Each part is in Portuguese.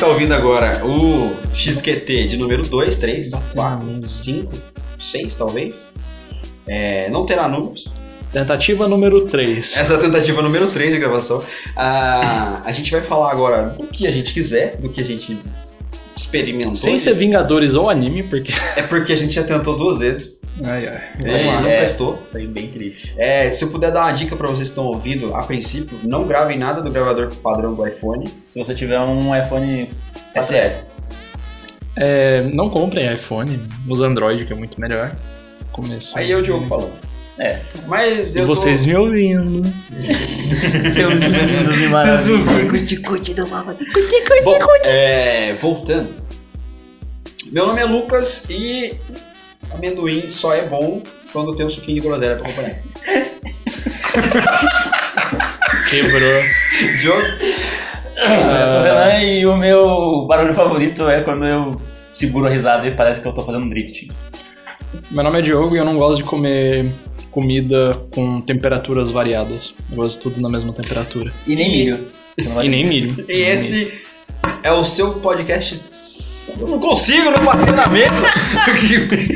tá ouvindo agora o XQT de número 2, 3, Bateu na 4, mesa. 5, 6 talvez. É, não terá números. Tentativa número 3. Essa é a tentativa número 3 de gravação. Ah, a gente vai falar agora do que a gente quiser, do que a gente experimentou. Sem ser Vingadores ou anime, porque. É porque a gente já tentou duas vezes Ai, ai. e Vamos lá. não prestou. Foi Tá bem triste. É, se eu puder dar uma dica pra vocês que estão ouvindo, a princípio, não gravem nada do gravador padrão do iPhone. Se você tiver um iPhone É sério. É, não comprem iPhone, usa Android, que é muito melhor. Começo. Aí é o Diogo falou. É. Mas E eu tô- vocês me ouvindo. Seus lindos e maravilhosos. Bom, é, voltando. Meu nome é Lucas e amendoim só é bom quando tem um suquinho de groselha pra acompanhar. Quebrou. Diogo, Ah, Ah. Eu sou o Renan e o meu barulho favorito é quando eu seguro a risada e parece que eu tô fazendo drifting. Meu nome é Diogo e eu não gosto de comer comida com temperaturas variadas. Eu gosto de tudo na mesma temperatura. E nem milho. Você não vai- E nem milho. e esse é o seu podcast. Eu não consigo não bater na mesa.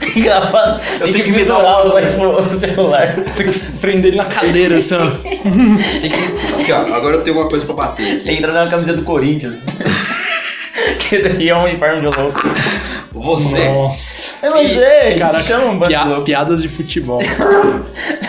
tem que gravar, tem tenho que que me dar um- pendurar uma- o celular. Tem que prender ele na cadeira, assim, ó. Tem que- Aqui, ó, agora eu tenho uma coisa pra bater. aqui. Tem que entrar na camisa do Corinthians. que daí é um inferno de louco. Você. Nossa. Eu não E- sei, Caraca, se chama um bando de Pia- louco. piadas de futebol.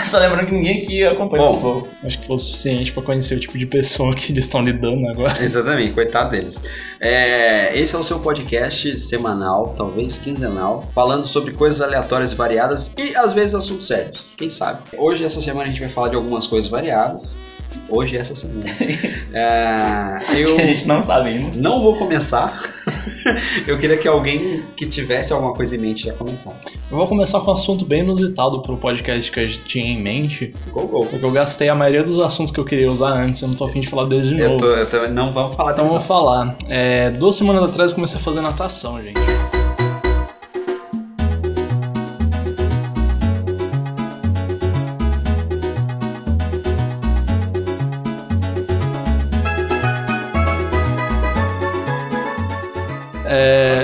Só lembrando que ninguém aqui acompanha Bom. o futebol. Acho que foi o suficiente pra conhecer o tipo de pessoa que eles estão lidando agora. Exatamente, coitado deles. É, esse é o seu podcast semanal, talvez quinzenal, falando sobre coisas aleatórias e variadas e às vezes assuntos sérios, quem sabe. Hoje, essa semana, a gente vai falar de algumas coisas variadas. Hoje, essa semana. É, eu Que a gente não sabe ainda. não vou começar. Eu queria que alguém que tivesse alguma coisa em mente já começasse. Eu vou começar com um assunto bem inusitado pro podcast que a gente tinha em mente, Go, go. porque eu gastei a maioria dos assuntos que eu queria usar antes, eu não tô afim de falar deles de Eu novo. tô, eu tô- não vamos falar Então dessa- vou falar. É, duas semanas atrás eu comecei a fazer natação, gente.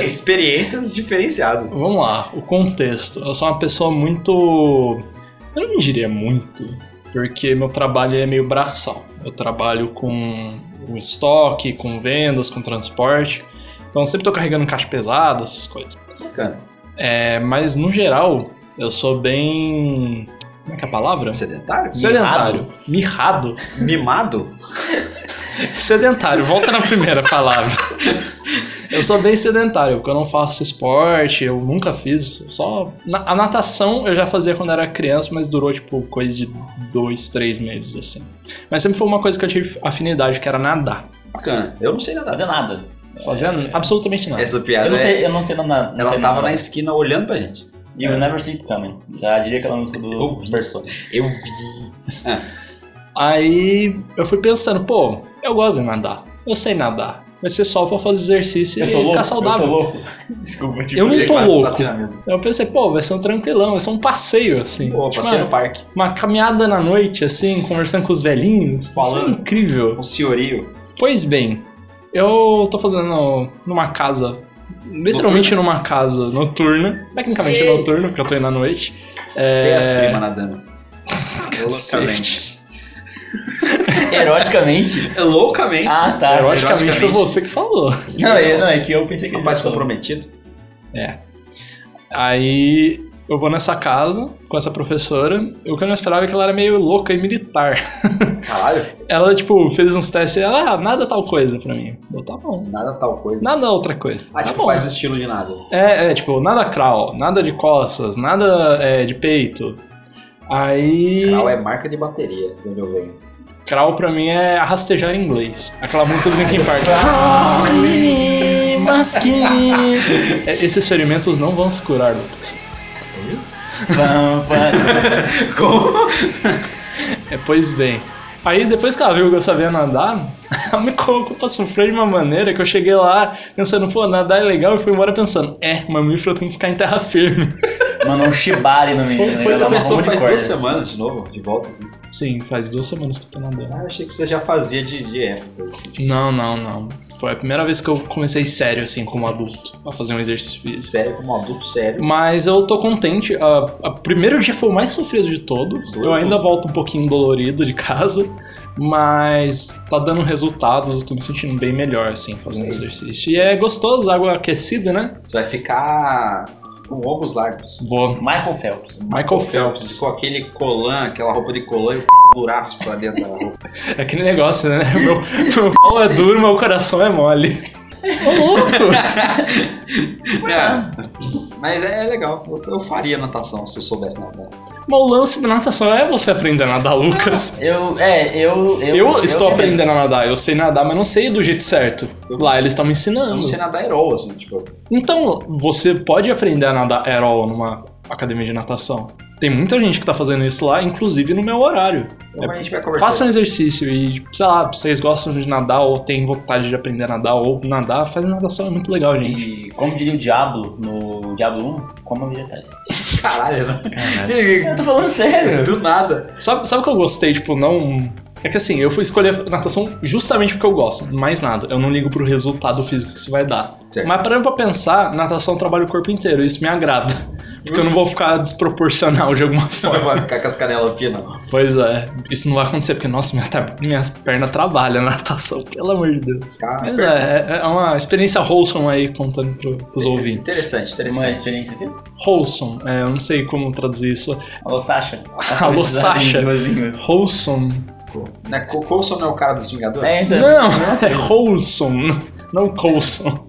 experiências diferenciadas. Vamos lá, o contexto. Eu sou uma pessoa muito. Eu não diria muito, porque meu trabalho é meio braçal. Eu trabalho com o estoque, com vendas, com transporte. Então eu sempre tô carregando caixa pesada, essas coisas. Bacana. É, mas no geral, eu sou bem. Como é que é a palavra? Sedentário? Sedentário. Mirrado? Mimado? Sedentário, volta na primeira palavra. Eu sou bem sedentário, porque eu não faço esporte, eu nunca fiz. Só. na- A natação eu já fazia quando era criança, mas durou tipo coisa de dois, três meses assim. Mas sempre foi uma coisa que eu tive afinidade, que era nadar. Bacana. Eu não sei nadar. Fazer nada. Fazia absolutamente nada. Essa piada Eu não é- sei, eu não sei nada. não Ela sei tava nada. na esquina olhando pra gente. You Never See It Coming. Já diria aquela música do Persona. Eu vi. Aí eu fui pensando, pô, eu gosto de nadar, eu sei nadar. Vai ser só pra fazer exercício e ficar saudável. Eu tô louco. Desculpa, tipo, Eu não ele tô quase louco. bati na mesa. Eu pensei, pô, vai ser um tranquilão, vai ser um passeio, assim. Pô, Tipo, passei ah, no parque. uma caminhada na noite, assim, conversando com os velhinhos. Isso é Falando. incrível. Um senhorio. Pois bem, eu tô fazendo numa casa, literalmente numa casa noturna. Tecnicamente é noturno, porque eu tô indo à noite. É... Sem as primas nadando. Loucamente. Cacete. Eroticamente? É Loucamente. Ah, tá. Eroticamente é foi você que falou. Não, é, não, é que eu pensei que Rapaz eles- comprometido. Aí eu vou nessa casa com essa professora. O que eu não esperava é que ela era meio louca e militar. Caralho, Ela, tipo, fez uns testes e ela, ah, nada tal coisa pra mim. Eu, tá bom. nada tal coisa. Nada outra coisa. Ah, tá tipo, bom. faz o estilo de nada. É, é, tipo, nada crawl, nada de costas, nada é, de peito. Aí. Canal é marca de bateria, de onde eu venho. Crawl pra mim é rastejar em inglês. Aquela música do Linkin Park. É, Esses ferimentos não vão se curar, Lucas. Pam, pam. Como? É, pois bem. Aí depois que ela viu que eu sabia nadar, ela me colocou pra sofrer de uma maneira que eu cheguei lá pensando, pô, nadar é legal, e fui embora pensando, é, mamífero tem que ficar em terra firme. Mandou um shibari no menino. É, Foi- foi ela que amarrou começou um monte de faz corda. duas semanas de novo, de volta. assim. Sim, faz duas semanas que eu tô nadando. Ah, eu achei que você já fazia de, de época. assim, tipo, Não, não, não. Foi a primeira vez que eu comecei sério, assim, como adulto, a fazer um exercício físico. Sério, como adulto sério. Mas eu tô contente. A, a primeiro dia foi o mais sofrido de todos. Doido. Eu ainda volto um pouquinho dolorido de casa. Mas tá dando resultados, eu tô me sentindo bem melhor, assim, fazendo Sei. exercício. E é gostoso, água aquecida, né? Você vai ficar com ombros largos. Vou. Michael Phelps. Michael Phelps. Com aquele colã, aquela roupa de colã e o duraço pra dentro da roupa. É aquele negócio, né? Meu, meu pau é duro, meu coração é mole. É, mas é legal. Eu, eu faria natação se eu soubesse nadar. Mas o lance da natação é você aprender a nadar, Lucas. Eu, é, eu... Eu, Eu, estou eu- aprendendo a nadar, eu sei nadar, mas não sei do jeito certo. Eu Lá não- eles estão me ensinando. Eu não sei nadar herói, assim, tipo. Então, você pode aprender a nadar at all numa academia de natação. Tem muita gente que tá fazendo isso lá, inclusive no meu horário. Então a gente vai conversar. Faça um exercício e, sei lá, vocês gostam de nadar ou têm vontade de aprender a nadar ou nadar, faz natação, é muito legal, gente. E como diria o Diablo no Diablo 1, coma vegetais. Caralho, né? Eu tô falando sério. Do nada. Sabe, sabe o que eu gostei, tipo, não... É que assim, eu fui escolher natação justamente porque eu gosto, mais nada. Eu não ligo pro resultado físico que isso vai dar. Certo. Mas parando pra pensar, natação trabalha o corpo inteiro, isso me agrada. Porque eu não vou ficar desproporcional de alguma forma. Vai ficar com as canelas finas. Pois é, isso não vai acontecer, porque, nossa, minha ta- minhas pernas trabalham na natação, pelo amor de Deus. Cara, Mas é, é- é uma experiência wholesome aí, contando pro, pros ouvintes. É, Interessante, Uma interessante. experiência aqui. Wholesome, é, eu não sei como traduzir isso. Alô, Sasha. Alô, Sasha. Em duas línguas. Wholesome. Né, Co- Coulson não é o cara dos Vingadores? É, então. Não, é wholesome, não Coulson.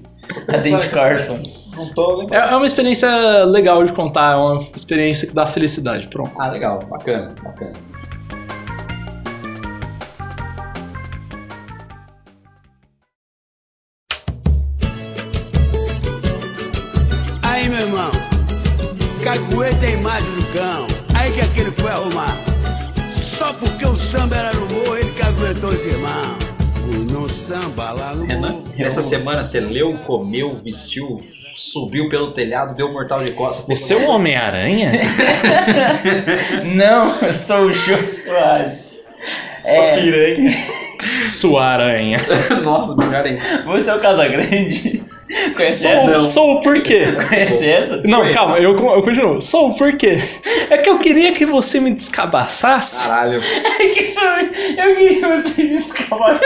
A Dente Carson. Não tô né? lembrando. É, é uma experiência legal de contar, é uma experiência que dá felicidade, pronto. Ah, legal, bacana, bacana. Aí, meu irmão, cagueta é imagem do cão. Aí que aquele foi arrumar. Só porque o samba era no morro, ele caguetou os irmãos. Fui no samba lá no Renan, Hum, morro. essa semana você leu, comeu, vestiu, subiu pelo telhado, deu um mortal de costas. Você é um Homem-Aranha? Não, eu sou o Jô Soares. É, piranha. Sua aranha. Nossa, melhor ainda. você é o Casagrande? Conhece Sou, essa? sou o porquê. Conhece essa? Não, Conheço. calma, eu, eu continuo. Sou o porquê. É que eu queria que você me descabaçasse. Caralho. É que sou eu. Eu queria que você descamasse.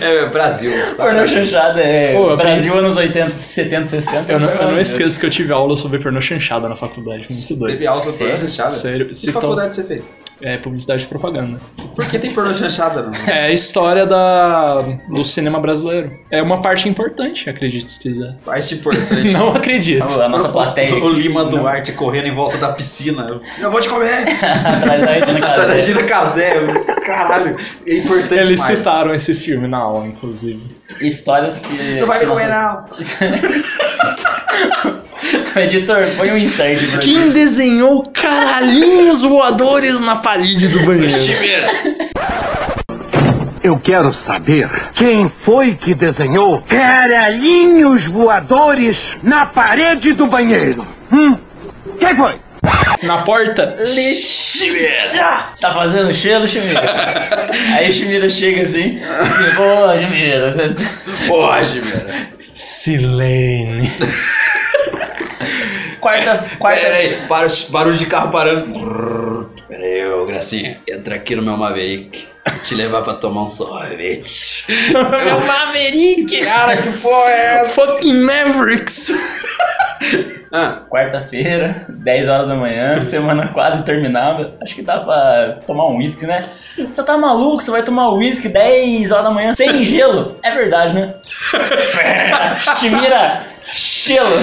É, Brasil. Pornô chanchada é Pô, eu Brasil anos 80, 70, 60. Eu não, eu não esqueço que eu tive aula sobre pornô chanchada na faculdade. Muito doido. Teve aula do Sério? pornô chanchada? Sério, Que citou, faculdade você fez? é publicidade e propaganda. Por que tem pornô chanchada, não? É a história da, do cinema brasileiro. É uma parte importante, acredite se quiser. Parte importante. Não acredito. A nossa plateia O Lima Não. Duarte correndo em volta da piscina. Eu vou te comer! atrás da Regina Tá da Casé. Gina Casé. Caralho, é importante Eles demais. citaram esse filme na aula, inclusive. Histórias que. Não vai me que comer, nossa- não. Editor, põe um insert pra mim. é- Quem desenhou caralhinhos voadores na parede do banheiro? Eu quero saber quem foi que desenhou caralhinhos voadores na parede do banheiro. Hum? Quem foi? Na porta? Já! Tá fazendo cheiro, Chimira? Aí o Chimira chega assim, assim, pô, Chimira. Pode, velho. Silene. Quarta, quarta Peraí, barulho, É, barulho de carro parando. Brrr. Peraí, ô Gracinha, entra aqui no meu Maverick. Vou te levar pra tomar um sorvete. Meu Maverick! Cara, que porra é essa? Fucking Mavericks! Ah, Quarta-feira, 10 horas da manhã, semana quase terminava. Acho que dá pra tomar um uísque, né? Você tá maluco? Você vai tomar uísque 10 horas da manhã sem gelo? É verdade, né? Chimira, gelo.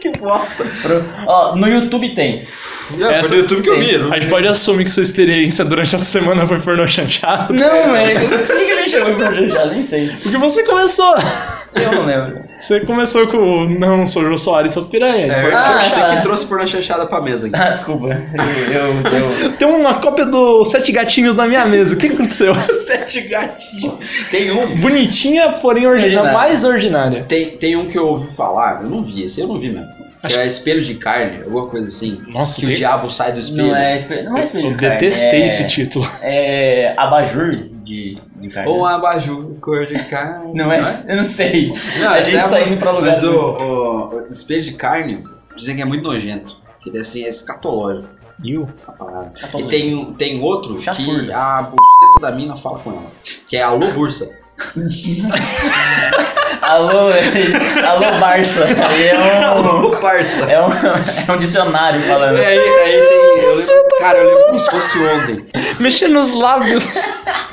que bosta. Ó, no YouTube tem. É, foi no YouTube que eu vi. não- A gente pode assumir que sua experiência durante essa semana foi pornô chanchado? Não, é. Por que ele chegou pro já Nem sei. Porque você começou! Eu não lembro. Você começou com o Não, sou o Jô Soares, sou piranha. É, Ah, você tá. que trouxe pornô chanchada pra mesa aqui. Ah, desculpa. Eu, eu, eu- Tem uma cópia do Sete Gatinhos na minha mesa. O que aconteceu? Sete gatinhos. Tem um. Bonitinha, porém ordinária. Ordinária. Mais ordinária. Tem, tem um que eu ouvi falar, eu não vi, esse eu não vi mesmo. Que é espelho de carne, alguma coisa assim. Nossa, que o tem- diabo sai do espelho. Não é, espe- não é espelho Eu de carne, detestei é- esse título. É abajur de, de carne. Ou abajur, cor de carne. Não é, eu não sei. Não, a essa gente é tá indo pra lugar. Mas o, o- o espelho de carne, dizem que é muito nojento. Que ele é assim, é escatológico. Iu. a parada. E Escatológico. tem, um- tem outro Chafurda. que a buceta da mina fala com ela. Que é a Lobursa. Alô, é- alô Barça. Aí é um, Barça. é um, é tá um dicionário falando. É, aí, aí tem, eu lembro, cara, eu lembro como se fosse ontem. Mexendo nos lábios.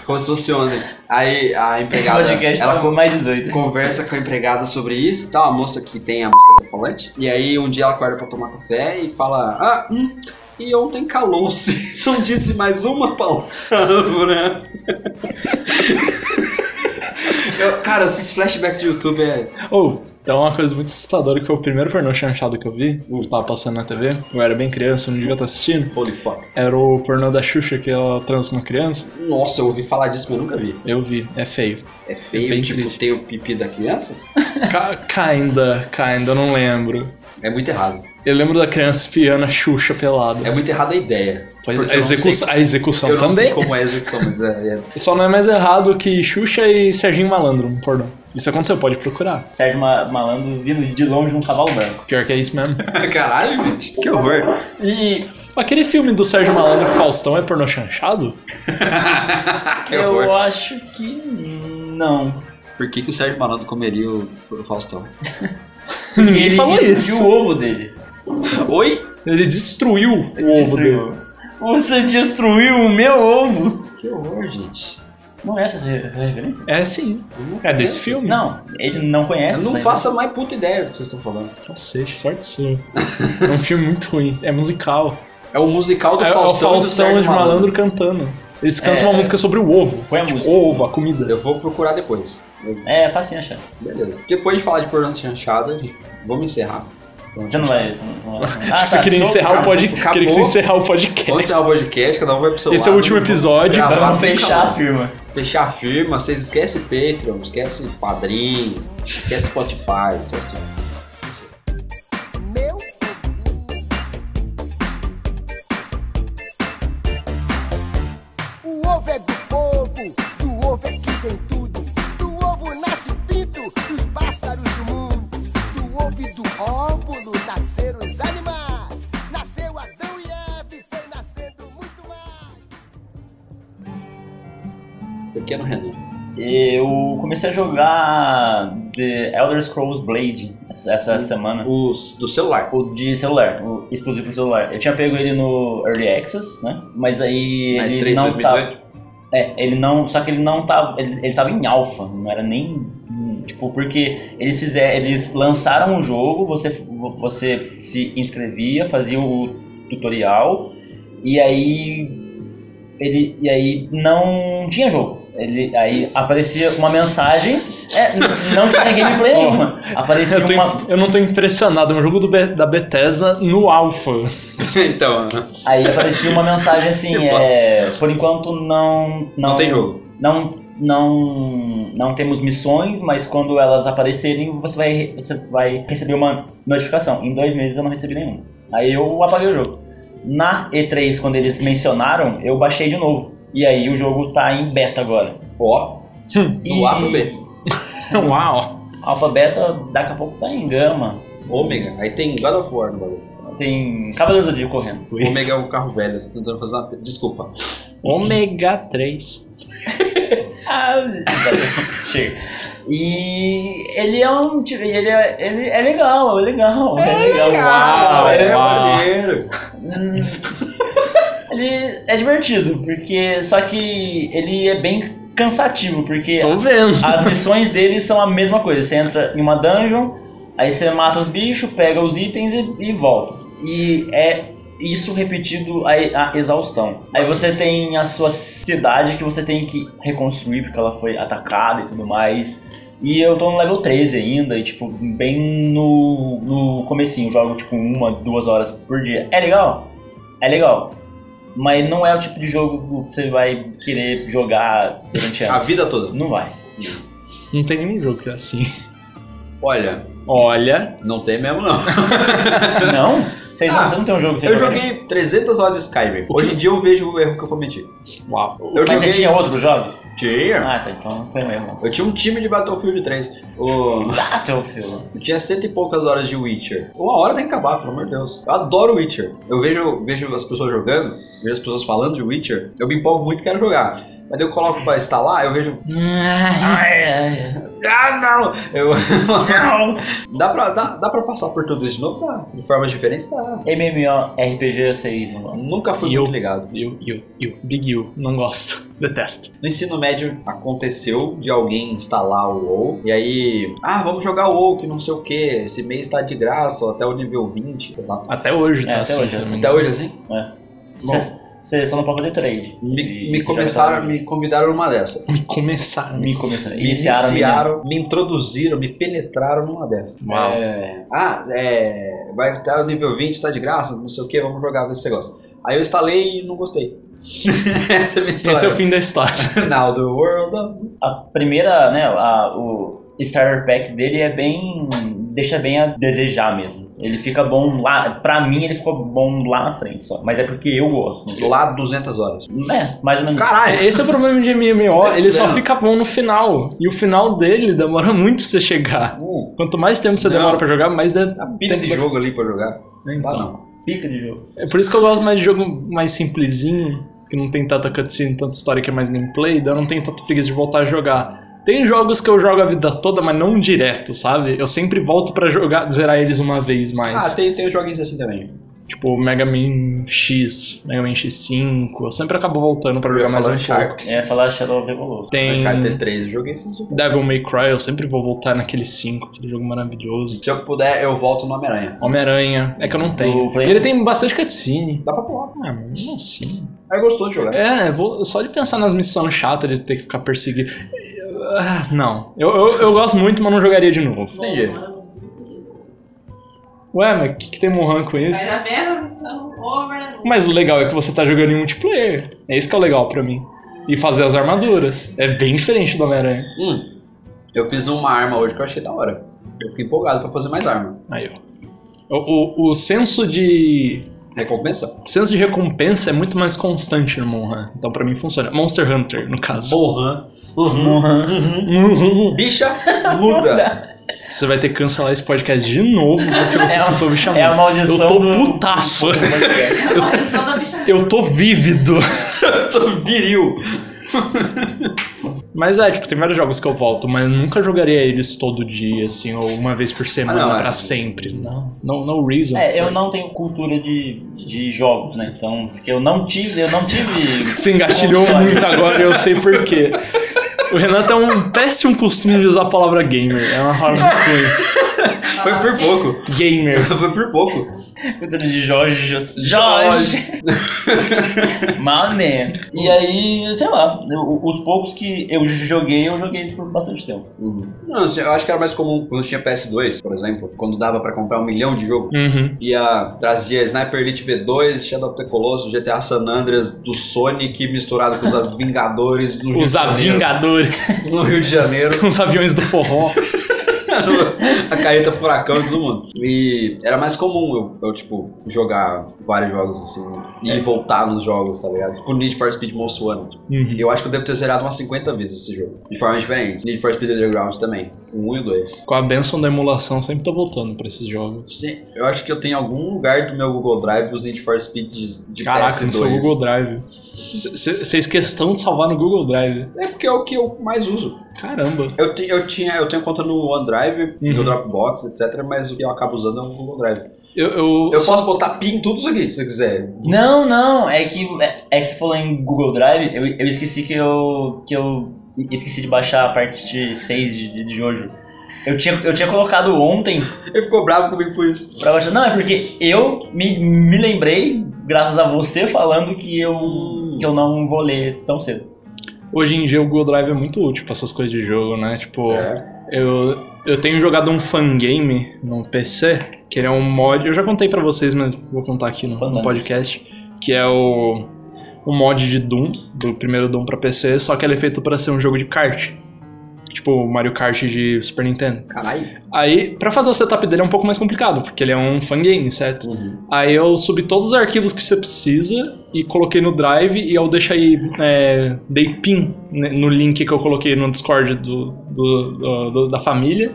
Como se fosse ontem. Aí a Esse empregada, podcast ela tá com mais 18. conversa com a empregada sobre isso, tá? A moça que tem a moça falante. E aí um dia ela acorda pra tomar café e fala: Ah, hum, e ontem calou-se. Não disse mais uma palavra. Eu- cara, esses flashbacks de YouTube é. Ou, então uma coisa muito assustadora que foi o primeiro pornô chanchado que eu vi, tava passando na TV, eu era bem criança, não devia estar assistindo, Holy fuck. era o pornô da Xuxa que é ela transa uma criança, Nossa, eu ouvi falar disso, mas eu nunca vi. eu vi, é feio. É É feio, bem tipo, triste. ter o pipi da criança? Ca kinda, kinda, eu não lembro. É muito errado. Eu lembro da criança espiando a Xuxa pelada. É muito errada a ideia. Pois- Porque a, eu não sei- execução, a execução Eu não sei também. como é a execução, mas é, é- Só não é mais errado que Xuxa e Serginho Malandro no pornô. Isso aconteceu, pode procurar. Sérgio Ma- Malandro vindo de longe num cavalo branco. Pior que é isso mesmo. Caralho, gente. Que horror. E Aquele filme do Sérgio Malandro com Faustão é pornô chanchado? Que horror. eu acho que não. Por que, que o Sérgio Malandro comeria o, o Faustão? Porque Ninguém ele falou destruiu isso. o ovo dele. Oi? Ele destruiu o ovo dele. Destruiu. Você destruiu o meu ovo. Que horror, gente. Não é essa essa referência? É sim. É desse filme. Não, ele não conhece. Eu não essa faço a mais puta ideia do que vocês estão falando. Cacete, sorte sua. É um filme muito ruim. É musical. É o musical do É, é o Faustão, e do Faustão Sérgio de Malandro cantando. Eles cantam É. uma música sobre o ovo. Põe a Tipo, música. ovo, a comida. Eu vou procurar depois. Eu- É, facinho achar. beleza. Depois de falar de Pornô Chanchada, vamos encerrar. Você não vai. Você não vai. Ah, você tá, queria sou- encerrar o acabou, podcast. Queria que você acabou. encerrar o Vamos podcast. encerrar o podcast, cada um vai pro seu Esse é o lado. último episódio. Vamos gravar Vamos nunca fechar a mais. firma. Fechar a firma. Vocês esquecem Patreon, esquecem Padrim, esquece Spotify, essas coisas. O ovo é do povo, do ovo é que vem tudo. Do ovo nasce o pinto e os pássaros do mundo. Do ovo e do óvulo nasceram os animais. Nasceu Adão e Eve, foi nascendo muito mais. Pequeno Renan. Eu comecei a jogar The Elder Scrolls Blade essa, essa Hum. semana. Os do celular. O de celular, o exclusivo pro celular. Eu tinha pego ele no Early Access, né? Mas aí Na ele E3 não 2018. tava. É, ele não. Só que ele não tava. Ele, ele tava em alpha, não era nem. Tipo, porque eles fizeram. Eles lançaram o jogo, você, você se inscrevia, fazia o tutorial, e aí. Ele, e aí não tinha jogo. Ele, aí aparecia uma mensagem. É, n- não tinha gameplay nenhuma. Aparecia Eu, tô uma, im- eu não tô impressionado, é um jogo do Be- da Bethesda no Alpha. então, Aí aparecia uma mensagem assim, Que é, por enquanto não, não não tem jogo. não não não temos missões, mas quando elas aparecerem você vai você vai receber uma notificação. Em dois meses eu não recebi nenhuma. Aí eu apaguei o jogo. Na E3 quando eles mencionaram eu baixei de novo. E aí o jogo tá em beta agora. Ó, do e A pro B. Um Uau! Alfa beta daqui a pouco tá em gama. Ômega. Aí tem God of War no bagulho. Tem Cavaleiros do Zodíaco correndo. Ômega é um carro velho. eu Tô tentando fazer uma. Desculpa. Ômega 3. Ah, Chega. E ele é um. tipo, Ele é, ele é legal, é legal. É legal. uau, é- uau. Ah, maneiro. Hum. ele é divertido, porque. Só que ele é bem cansativo, porque Tô vendo. as missões dele são a mesma coisa. Você entra em uma dungeon, aí você mata os bichos, pega os itens e, e volta. E é isso repetido a, a exaustão. Aí você tem a sua cidade que você tem que reconstruir porque ela foi atacada e tudo mais. E eu tô no level 13 ainda, e tipo, bem no, no comecinho, jogo tipo uma, duas horas por dia. É legal? É legal. Mas não é o tipo de jogo que você vai querer jogar durante A anos. vida toda. Não vai. Não tem nenhum jogo que é assim. Olha, Olha, Não tem mesmo, não. Não? Vocês Ah, não, você não tem um jogo que você Eu joga, né? joguei 300 horas de Skyrim. O Hoje que- em dia eu vejo o erro que eu cometi. uau. Eu Mas você joguei- tinha outro jogo? Tinha. Ah, tá. Então foi um erro. Eu tinha um time de Battlefield 3. O- Battlefield. Eu tinha cento e poucas horas de Witcher. Uma hora tem que acabar, pelo amor de Deus. Eu adoro Witcher. Eu vejo, vejo as pessoas jogando, vejo as pessoas falando de Witcher. Eu me empolgo muito e quero jogar. Mas daí eu coloco pra instalar, eu vejo. Ai, ai, ai. Ah, não! Eu. dá, pra, dá, dá pra passar por tudo isso de novo? Dá. De formas diferentes? Dá. MMORPG, vocês não gostam. Nunca fui E eu- muito ligado. You, you, you. Big you. Não gosto. Detesto. No ensino médio aconteceu de alguém instalar o WoW e aí, ah, vamos jogar o WoW que não sei o que, esse mês tá de graça ou até o nível 20, sei lá. Até hoje tá É, até assim. hoje, se eu não me Até engano. hoje assim? Vocês estão no palco de trade. Me, E me você começaram, joga- me convidaram numa dessa. Me começaram. Me começaram. Me Iniciaram. iniciaram, me introduziram, me penetraram numa dessa. Uau. É, ah, é, vai até o nível 20, tá de graça, não sei o que, vamos jogar, ver se você gosta. Aí eu instalei e não gostei. Essa é a minha Esse é o história. fim da história. Now the world of- A primeira, né, a- o starter pack dele é bem... Deixa bem a desejar mesmo. Ele fica bom lá... Pra mim, ele ficou bom lá na frente só. Mas é porque eu gosto. lá 200 horas. É, mais ou menos. Caralho! Esse é o problema de MMO. Ele só Não. fica bom no final. E o final dele demora muito pra você chegar. Hum, Quanto mais tempo você Não. demora pra jogar, mais de... a pilha de jogo ali pra jogar. Não dá Então. não. Pica de jogo. É por isso que eu gosto mais de jogo mais simplesinho, que não tem tanta cutscene, tanta história que é mais gameplay, daí eu não tenho tanta preguiça de voltar a jogar. Tem jogos que eu jogo a vida toda, mas não direto, sabe? Eu sempre volto pra jogar, zerar eles uma vez Ah, mais. tem, tem joguinhos assim também. Tipo Mega Man X, Mega Man X5, eu sempre acabo voltando pra jogar mais um pouco. Uncharted. É falar Shadow of Evolution. Tem Uncharted 3, eu joguei esses jogos. Devil May Cry, eu sempre vou voltar naquele 5, aquele jogo maravilhoso. Se eu puder, eu volto no Homem-Aranha. Homem-Aranha, é que eu não tenho. Do Play- Ele tem bastante cutscene. Dá pra pular. Ah, mas não assim. Aí gostou de jogar. É, vou- só de pensar nas missões chatas de ter que ficar perseguido. Ah, Não. Eu, eu, eu gosto muito, mas não jogaria de novo. Entendi. Ué, mas o que, que tem Mohan com Mas isso? a mesma missão, over né? and over. Mas o legal é que você tá jogando em multiplayer. É isso que é o legal pra mim. E fazer as armaduras. É bem diferente do Homem-Aranha. Hum, eu fiz uma arma hoje que eu achei da hora. Eu fiquei empolgado pra fazer mais arma. Aí, ó. O, o, o senso de. Recompensa. senso de recompensa é muito mais constante no Mohan. Então pra mim funciona. Monster Hunter, no caso. Porra. Bicha muda. Muda. Você vai ter que cancelar esse podcast de novo porque você É a- citou o bicho É a maldição Eu tô do- putaço. É a maldição da bicha. Eu tô vívido. Eu tô viril. Mas é, tipo, tem vários jogos que eu volto, mas eu nunca jogaria eles todo dia, assim, ou uma vez por semana Ah, não, é. pra sempre. Não, no, no reason. É, for eu it. não tenho cultura de, de jogos, né? Então, porque eu não tive, eu não tive. Você engatilhou console. muito agora, eu sei porquê. O Renan tem um péssimo costume de usar a palavra gamer. É uma palavra muito Foi por pouco. ruim. Gamer. Foi por pouco. Cultura de Jorge. Jorge! Mané. né? E aí, sei lá, eu- os poucos que eu joguei, eu joguei por bastante tempo. Não, assim, eu acho que era mais comum quando tinha PS2, por exemplo. Quando dava pra comprar um milhão de jogos. Uhum. ia trazia Sniper Elite V2, Shadow of the Colossus, GTA San Andreas, do Sonic misturado com os Vingadores no Rio Os de Uhum. Janeiro. Vingadores, no Rio de Janeiro, os aviões do forró. a carreta furacão e todo mundo. E era mais comum eu, eu, tipo jogar vários jogos assim e É. voltar nos jogos, tá ligado? Tipo Need for Speed Most Wanted. Uhum. Eu acho que eu devo ter zerado umas 50 vezes esse jogo, de forma diferente. Need for Speed Underground também, um e o dois. Com a benção da emulação, sempre tô voltando pra esses jogos. Sim, Eu acho que eu tenho em algum lugar do meu Google Drive os Need for Speed de, de Caraca, PS2. no seu Google Drive. Você fez questão de salvar no Google Drive. É porque é o que eu mais uso. Caramba. Eu, te- eu tinha, eu tenho conta no OneDrive, no Uhum. Dropbox, etc, mas o que eu acabo usando é o Google Drive. Eu, eu, Eu posso botar PIN em tudo isso aqui, se você quiser. Não, não, é que, é, é que você falou em Google Drive, eu, eu esqueci que eu, que eu esqueci de baixar a parte de 6 de, de, de Jojo. Eu tinha, eu tinha colocado ontem Ele ficou bravo comigo por isso. Pra baixar. Não, é porque eu me, me lembrei, graças a você falando, que eu, que eu não vou ler tão cedo. Hoje em dia o Google Drive é muito útil pra essas coisas de jogo, né? Tipo, É. eu, eu tenho jogado um fangame no PC, que ele é um mod. Eu já contei pra vocês, mas vou contar aqui no, no Fandangos. podcast. Que é o um mod de Doom, do primeiro Doom pra PC, só que ele é feito pra ser um jogo de kart. Tipo o Mario Kart de Super Nintendo. Caralho. Aí, pra fazer o setup dele é um pouco mais complicado, porque ele é um fangame, certo? Uhum. Aí eu subi todos os arquivos que você precisa e coloquei no Drive e eu deixei, é, dei pin ne- no link que eu coloquei no Discord do, do- do- do- da família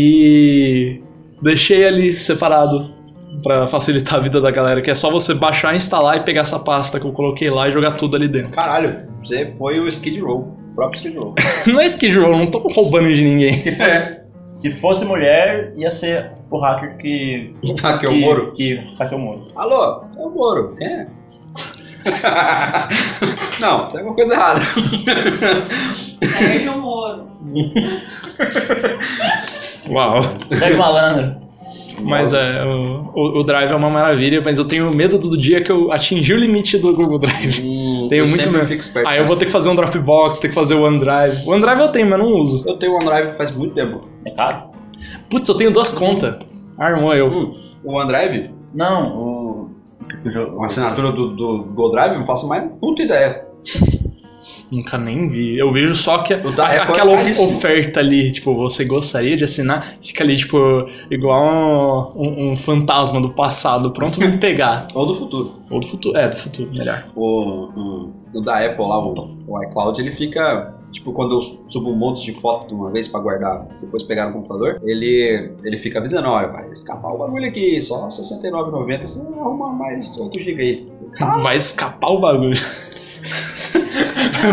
e deixei ali separado pra facilitar a vida da galera, que é só você baixar, instalar e pegar essa pasta que eu coloquei lá e jogar tudo ali dentro. Caralho, você foi o Skid Row. O próprio Skid Row. Não é Skid Row, eu não tô roubando de ninguém. Se fosse, se fosse mulher, ia ser o hacker que. Hackeou Tá é o que- é Moro? Que hackeou o Moro. Alô, é o Moro. Quem é? Não, tem alguma coisa errada. Sérgio Moro. Uau. Sérgio Malandro. Mas é, o, o- o Drive é uma maravilha, mas eu tenho medo do dia que eu atingir o limite do Google Drive. Hum, Tenho eu muito sempre medo. fico esperto. Aí eu vou ter que fazer um Dropbox, ter que fazer o OneDrive. O OneDrive eu tenho, mas não uso. Eu tenho o OneDrive faz muito tempo. É caro? Putz, eu tenho duas contas. Armou eu. Hum, o OneDrive, Não, o. o jogo- uma assinatura do, do Google Drive, não faço mais puta ideia. Nunca nem vi. Eu vejo só que O da a- Apple é aquela of- caríssimo. oferta ali, tipo, você gostaria de assinar, fica ali, tipo, igual um, um- um fantasma do passado, pronto pra me pegar. Ou do futuro. Ou do futuro. É, do futuro, melhor. O, o- o da Apple lá, o, o iCloud, ele fica. Tipo, quando eu subo um monte de foto de uma vez pra guardar, depois pegar no computador, ele, ele fica avisando: olha, vai escapar o bagulho aqui, só R$ 69,90, você não arruma mais 8 GB aí. Vai escapar o bagulho.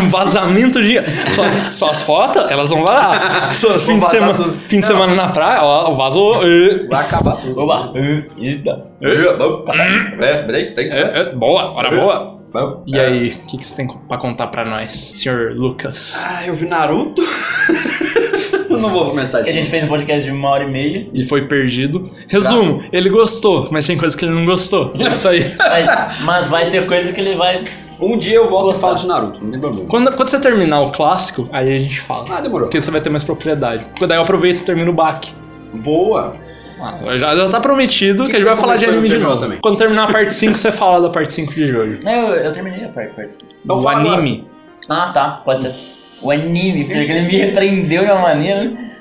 Vazamento de. Sua- suas fotos, elas vão vazar. Suas Vão fim de, vazar semana, tudo. fim de semana na praia, ó, vazou. É, Vai acabar tudo. Oba! Eita! é, É, peraí, tem. é, boa, hora boa. Vamos. E aí, o que, que você tem pra contar pra nós, senhor Lucas? Ah, eu vi Naruto. eu não vou começar assim. A isso. gente fez um podcast de uma hora e meia. Ele foi perdido. Resumo, ele gostou, mas tem coisa que ele não gostou. É isso aí. Mas, mas vai ter coisa que ele vai. Um dia eu volto e Gostar. falo de Naruto, não tem problema. Quando, quando você terminar o clássico, aí a gente fala. Ah, demorou. Porque você vai ter mais propriedade. Porque daí eu aproveito e termino o baque. Boa. Ah, já, já tá prometido que, que a gente vai você falar de começou e anime de terminou novo. também? Quando terminar a parte 5, você fala da parte 5 de Jojo. Não, eu, eu terminei a parte. parte. Então o fala agora. anime. Ah, tá, pode ser. O anime, porque ele me repreendeu de uma maneira. né?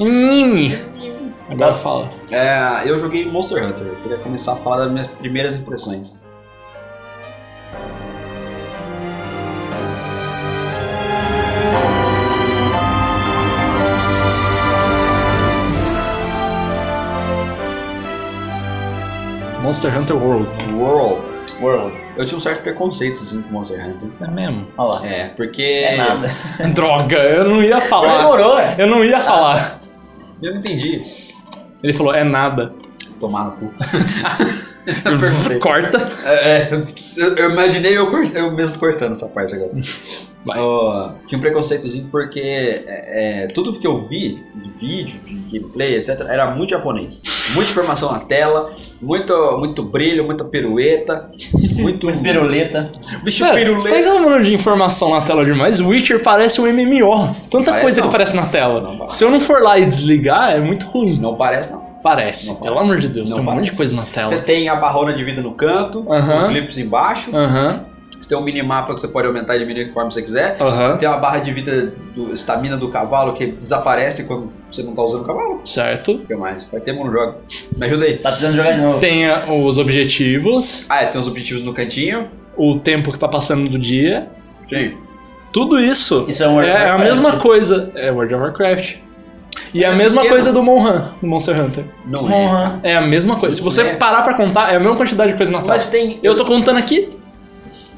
Anime. Agora fala. É, eu joguei Monster Hunter. Eu queria começar a falar das minhas primeiras impressões. Monster Hunter World. World. World. Eu tinha um certo preconceito assim, com Monster Hunter. É mesmo. Olha lá. É, porque. É nada. Droga, eu não ia falar. Demorou, né? Eu não ia falar. Eu não entendi. Ele falou, é nada. Tomar no cu. Perfeito. Corta. É, é, eu- eu imaginei eu, cort- eu mesmo cortando essa parte agora. Vai. Ó, tinha um preconceitozinho porque é, é, tudo que eu vi de vídeo, de gameplay, etc., era muito japonês. Muita informação na tela, muito, muito brilho, muita pirueta, muito. Muito piruleta. Bicho Cara, piruleta. você tá reclamando de informação na tela demais? Witcher parece um MMO. Tanta Parece coisa não. que aparece na tela. Não parece. Se eu não for lá e desligar, é muito ruim. Não parece, não. Parece. Não parece. Pelo amor de Deus, Não tem um monte parece. de coisa na tela. Você tem a barrona de vida no canto, Aham. os clipes embaixo, Aham, você tem um minimapa que você pode aumentar e diminuir conforme você quiser. aham. Tem uma barra de vida, do estamina do cavalo que desaparece quando você não tá usando o cavalo. Certo. O que mais? Vai ter monojogo. Me ajuda aí. Tá precisando jogar de novo. Tem ah, os objetivos, Ah, é, tem os objetivos no cantinho. o tempo que tá passando do dia. Sim. Tudo isso Isso é um é, a Warcraft. mesma coisa. É World of Warcraft. E é a É mesma pequeno. coisa do Monhan, do Monster Hunter. Não é. cara. Monhan é a mesma coisa. Se você É. parar pra contar, é a mesma quantidade de coisa na tela. Mas tem. Eu tô contando aqui?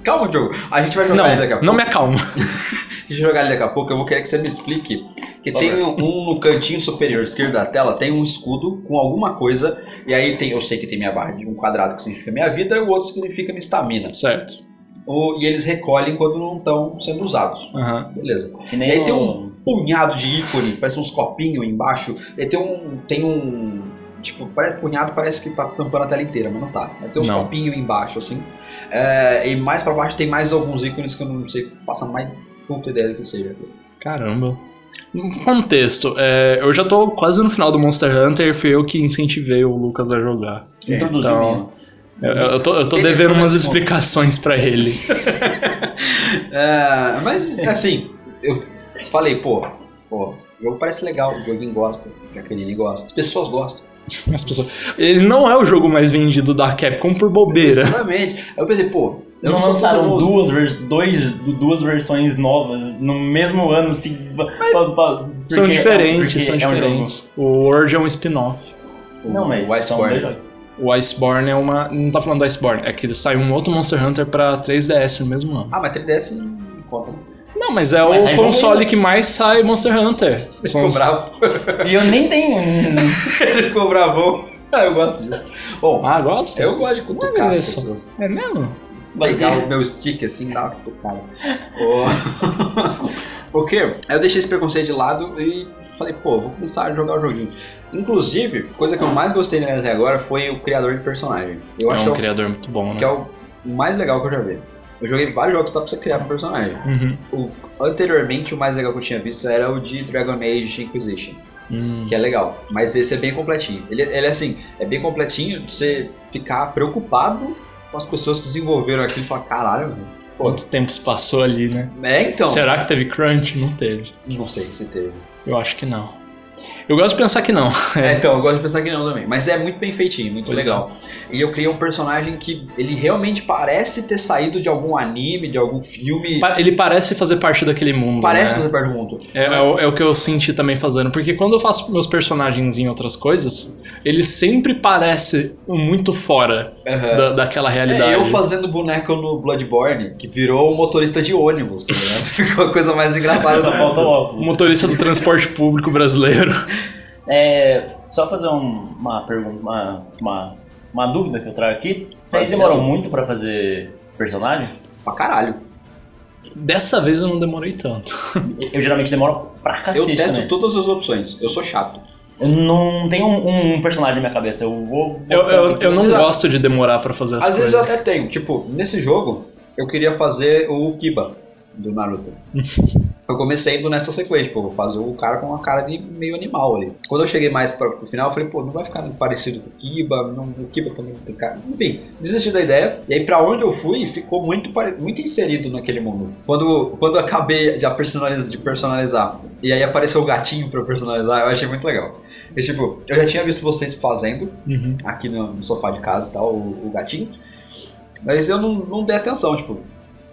Calma, Diogo. A gente vai jogar Não, ele daqui a pouco. não me acalma. A gente vai jogar ele daqui a pouco. Eu vou querer que você me explique. Que Por tem um, um no cantinho superior esquerdo da tela, tem um escudo com alguma coisa. E aí tem. Eu sei que tem minha barra de um quadrado que significa minha vida, e o outro significa minha estamina. Certo. O- E eles recolhem quando não estão sendo usados. Aham. Beleza. Que nem E aí tem o- um- punhado de ícone, parece uns copinhos embaixo. E tem um. Tem um. Tipo, pare- punhado parece que tá tampando a tela inteira, mas não tá. Aí Tem uns Não. copinhos embaixo, assim. É, e mais pra baixo tem mais alguns ícones que eu não sei, faça mais puta ideia do que seja. Caramba. Um Contexto, é, eu já tô quase no final do Monster Hunter, fui eu que incentivei o Lucas a jogar. Introduziu Então- mesmo. Eu, eu tô, eu tô Ele devendo foi umas nesse ponto. explicações pra ele. É, mas, assim, eu falei, pô, pô, O jogo parece legal, o joguinho gosta, o Jaqueline gosta, as pessoas gostam. As pessoas... Ele não é o jogo mais vendido da Capcom por bobeira. Exatamente. Aí eu pensei, pô, eu Não sou lançaram todo mundo. duas, vers- dois, duas versões novas no mesmo ano. Se, pa- pa- é São um porque- diferentes, porque são é um jogo- diferentes. o World é um spin-off. não, mas O são dois Iceborne. jogos. O Iceborne é uma. Não tá falando do Iceborne, é que saiu um outro Monster Hunter pra 3DS no mesmo ano. Ah, mas 3DS não conta. Não, mas é Mas o sai console jogo. que mais sai Monster Hunter. São Ficou os- bravo. E eu nem tenho. um- Ele ficou bravão. Ah, eu gosto disso. Bom, Ah, gosta? eu gosto de Não é cutucar as isso. pessoas. É mesmo? Pegar o meu stick assim, dar uma cutucada. O- Porque aí eu deixei esse preconceito de lado e falei, pô, vou começar a jogar o joguinho. Inclusive, coisa que eu mais gostei nele até agora foi o criador de personagem. Eu é acho um que, é criador muito bom, o, né? que é o mais legal que eu já vi. Eu joguei vários jogos só pra você criar um personagem. Uhum. O, anteriormente, o mais legal que eu tinha visto era o de Dragon Age Inquisition. Hum. que é legal. Mas esse é bem completinho. Ele, ele é assim, é bem completinho de você ficar preocupado com as pessoas que desenvolveram aquilo e falar, caralho, mano. Pô, Quanto é tempo se passou ali, né? é então. Será que teve crunch? Não teve. Não sei se teve. Eu acho que não. Eu gosto de pensar que não. É, então, eu gosto de pensar que não também. Mas é muito bem feitinho, muito Pois é. legal. E eu criei um personagem que ele realmente parece ter saído de algum anime, de algum filme. Pa- Ele parece fazer parte daquele mundo. Parece né? fazer parte do mundo. É, é o, é o que eu senti também fazendo, porque quando eu faço meus personagens em outras coisas, ele sempre parece um muito fora Aham. da- daquela realidade. É, eu fazendo boneco no Bloodborne, que virou um motorista de ônibus, tá ligado? Ficou a coisa mais engraçada. Só do mundo. falta o é O óculos. Motorista do transporte público brasileiro. É, só fazer um- uma pergunta, uma, uma, uma dúvida que eu trago aqui. Vocês Fazer. demoram muito pra fazer personagem? Pra caralho. Dessa vez eu não demorei tanto. Eu geralmente demoro pra Eu cacete. testo né? todas as opções. Eu sou chato. Eu não tenho um, um personagem na minha cabeça. Eu vou. Eu, eu, eu não Exato. gosto de demorar pra fazer as Às vezes eu coisas. até tenho. Tipo, nesse jogo, eu queria fazer o Kiba do Naruto. eu comecei indo nessa sequência, tipo, vou fazer o cara com uma cara de meio animal ali. Quando eu cheguei mais pra, pro final, eu falei, pô, não vai ficar parecido com o Kiba, não, o Kiba também não tem cara. Enfim, desisti da ideia. E aí, pra onde eu fui, ficou muito, pare- muito inserido naquele mundo. Quando, quando eu acabei de personalizar, de personalizar, e aí apareceu o gatinho pra eu personalizar, eu achei muito legal. E, tipo, eu já tinha visto vocês fazendo, Uhum. aqui no, no sofá de casa e tal, o, o gatinho. Mas eu não, não dei atenção, tipo,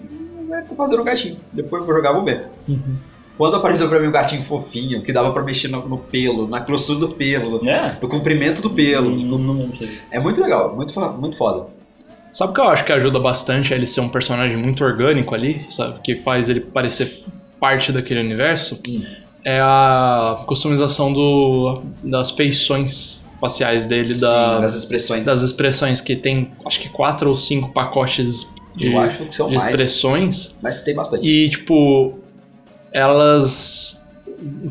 "Hum, é, tô fazendo o gatinho. Depois eu vou jogar, vou ver. Uhum. Quando apareceu pra mim o gatinho fofinho, que dava pra mexer no, no pelo, na grossura do pelo, É? no comprimento do Uhum. pelo. Não, não lembro disso. É muito legal, muito, fo- muito foda. Sabe o que eu acho que ajuda bastante é ele ser um personagem muito orgânico ali, sabe? Que faz ele parecer parte daquele universo? Hum. É a customização do, das feições faciais dele, da, Sim, das expressões. das expressões que tem, acho que quatro ou cinco pacotes de, eu acho que são de mais, expressões. mas tem bastante. E, tipo, elas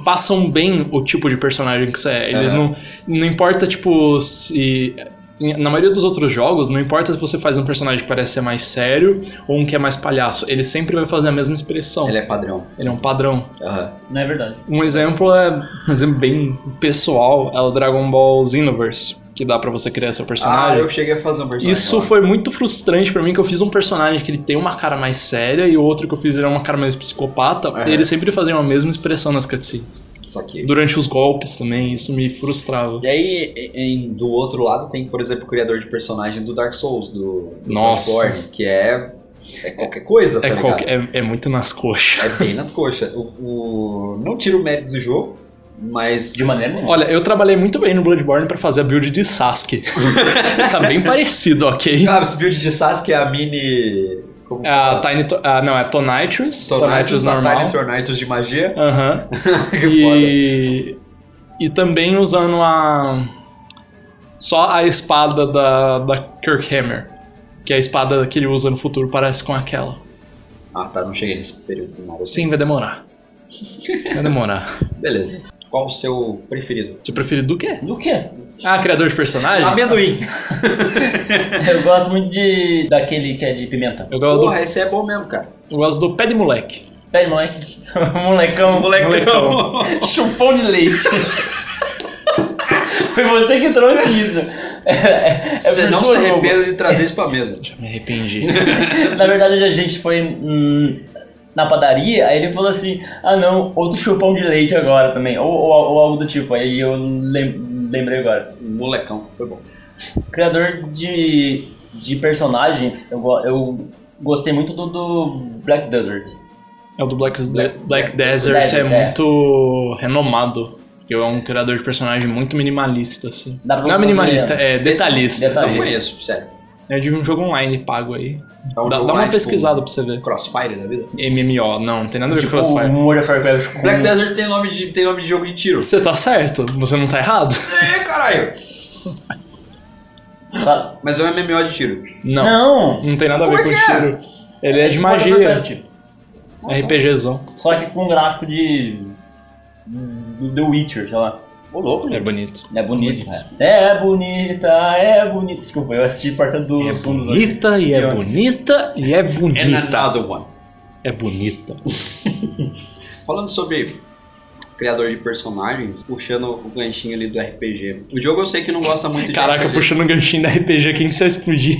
passam bem o tipo de personagem que você é. Eles É. não. Não importa, tipo, se. Na maioria dos outros jogos, não importa se você faz um personagem que parece ser mais sério ou um que é mais palhaço, ele sempre vai fazer a mesma expressão. Ele Ele é, é padrão. um padrão. Aham. Não é verdade. Um exemplo é um exemplo bem pessoal, é o Dragon Ball Xenoverse, que dá pra você criar seu Ah, personagem. eu cheguei a fazer um personagem. Isso lá. foi muito frustrante pra mim, que eu fiz um personagem que ele tem uma cara mais séria e o outro que eu fiz ele é uma cara mais psicopata. Aham. E eles sempre faziam a mesma expressão nas cutscenes. Saquei. Durante os golpes também, isso me frustrava. E aí, em- do outro lado, tem, por exemplo, o criador de personagem do Dark Souls, do, do Nossa. Bloodborne, que é, é qualquer coisa, tá É, ligado? qualquer- é- é muito nas coxas. É bem nas coxas. O, o- não tira o mérito do jogo, mas... De maneira nenhuma. Olha, eu trabalhei muito bem no Bloodborne pra fazer a build de Sasuke. tá bem parecido, ok? Ah, esse build de Sasuke é a mini... Como É A Tiny. To- ah, não, é Tonitrous. Tonitrous Tornitus, a normal. Tiny Tornitus de magia. Aham. que É foda. E, e também usando a. Só a espada da, da Kirkhammer. Que é a espada que ele usa no futuro parece com aquela. Ah, tá, não cheguei nesse período do Naruto. Sim, vai demorar. Vai demorar. Beleza. Qual o seu preferido? Seu preferido do quê? Do quê? Ah, criador de personagem? Amendoim. Eu gosto muito de. daquele que é de pimenta. Eu gosto, do, Porra, esse é bom mesmo, cara. eu gosto do pé de moleque. Pera, moleque. Molecão. Molecão. Chupão de leite. Foi você que trouxe isso. É, é Você por não se sua roupa. arrependa de trazer isso pra mesa. Já me arrependi. Na verdade, a gente foi hum, na padaria, aí ele falou assim, ah não, outro chupão de leite agora também, ou, ou- ou algo do tipo, aí eu lem- lembrei agora. Molecão, foi bom. Criador de, de personagem, eu, go- eu gostei muito do, do Black Desert. É o do Black, Black- Black Desert, Desert, é, é. muito renomado. Porque é um criador de personagem muito minimalista, assim. Dá pra Não é procurar. minimalista, é detalhista. Detalhe. Tá não aí. conheço, sério. É de um jogo online pago aí. É um dá, jogo lá, dá uma tipo, pesquisada pra você ver. Crossfire da vida? MMO, não, não tem nada a ver Tipo, com Crossfire. o World of Warcraft com... Uhum. Black Desert tem nome de, tem nome de jogo de tiro. Você tá certo, você não tá errado? É, caralho! Sabe? Mas é um MMO de tiro. Não. Não, Não! tem nada a Como é ver com que é? tiro. Ele é de World of magia, É Warcraft. RPGzão. Só que com um gráfico de. do The Witcher, sei lá. Ô, louco, É gente. bonito. É bonito, cara. É bonita, é bonita. Desculpa, eu assisti Porta dos Fundos hoje. É bonita e é Eu- bonita e é And bonita. another one. É bonita. Falando sobre criador de personagens, puxando o ganchinho ali do RPG. O jogo eu sei que não gosta muito de Caraca, RPG. puxando o ganchinho da RPG, quem que você vai explodir?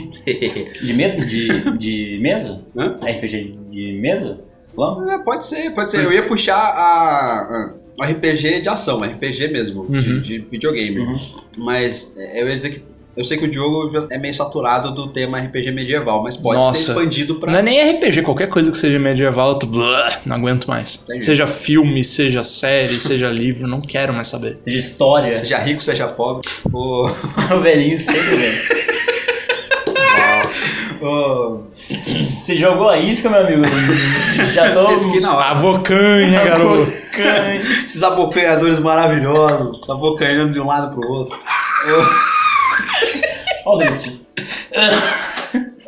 De, me... de, de mesa? Hã? RPG de mesa? Vamos? É, pode ser, pode ser. Eu ia puxar a, a- o RPG de ação, RPG mesmo, de, Uhum. de videogame. Uhum. Mas é, eu ia dizer que eu sei que o jogo já é meio saturado do tema RPG medieval, mas pode ser Nossa. expandido Não é pra. nem RPG, qualquer coisa que seja medieval, eu tô... Blah, não aguento mais. Entendi. Seja filme, seja série, seja livro, não quero mais saber. Seja história. Seja rico, seja pobre. O, o velhinho sempre, velho. o, Você jogou a isca, meu amigo? Já tô. pesquei na hora. Avocanha, Ah, garoto. Bacana. Esses abocanhadores maravilhosos, abocanhando de um lado pro outro. Ó, Benito.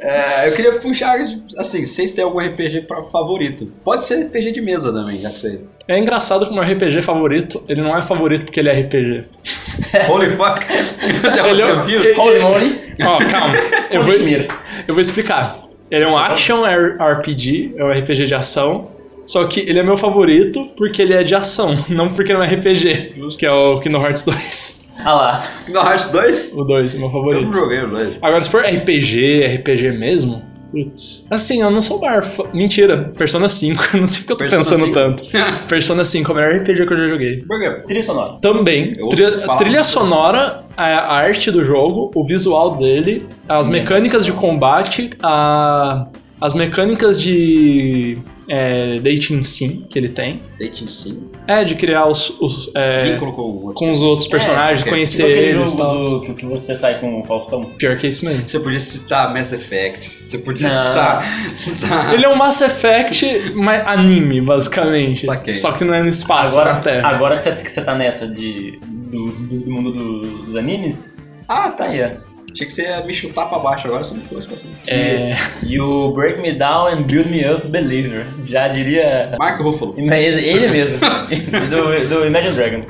É, eu queria puxar, assim, vocês têm algum RPG pra- favorito. Pode ser RPG de mesa também, já que você. É engraçado que o meu RPG favorito, ele não é favorito porque ele é RPG. Holy fuck! um Até você Ele é- viu? Holy moly. Ó, calma. Eu vou, Continue. eu vou explicar. Ele é um action R- RPG, é um RPG de ação. Só que ele é meu favorito porque ele é de ação, não porque não é RPG, que é o Kingdom Hearts 2. Ah lá. No Hearts 2? O 2 é meu Eu não favorito. joguei o 2. Agora, se for RPG, RPG mesmo, putz. Assim, eu não sou barfa. Mentira, Persona 5, não sei porque eu tô Persona pensando 5. tanto. Persona 5 é o melhor RPG que eu já joguei. Por quê? Trilha sonora. Também. Eu ouço Trilha, falar trilha muito. sonora, a a arte do jogo, o visual dele, as mecânicas de combate, a- as mecânicas de é, dating sim que ele tem. Dating sim. É, de criar os, os, é, Vínculo com o outro. com os outros personagens, ok. conhecer Tipo aquele eles e tal. jogo do, que, que você sai com o Faustão. Pior que é isso mesmo. Você podia citar Mass Effect. Você podia Não. citar. citar... Ele é um Mass Effect mas anime, basicamente. Saquei. Só que não é no espaço, é na Terra. agora que, você, que você tá nessa de, do, do- do mundo do- dos animes, Ah, tá tá. aí, ó. Achei que você ia me chutar pra baixo, agora você me trouxe pra cima. É, E o Break Me Down and Build Me Up Believer. Já diria. Marco Ruffalo. Mas Ele mesmo. do, do Imagine Dragons.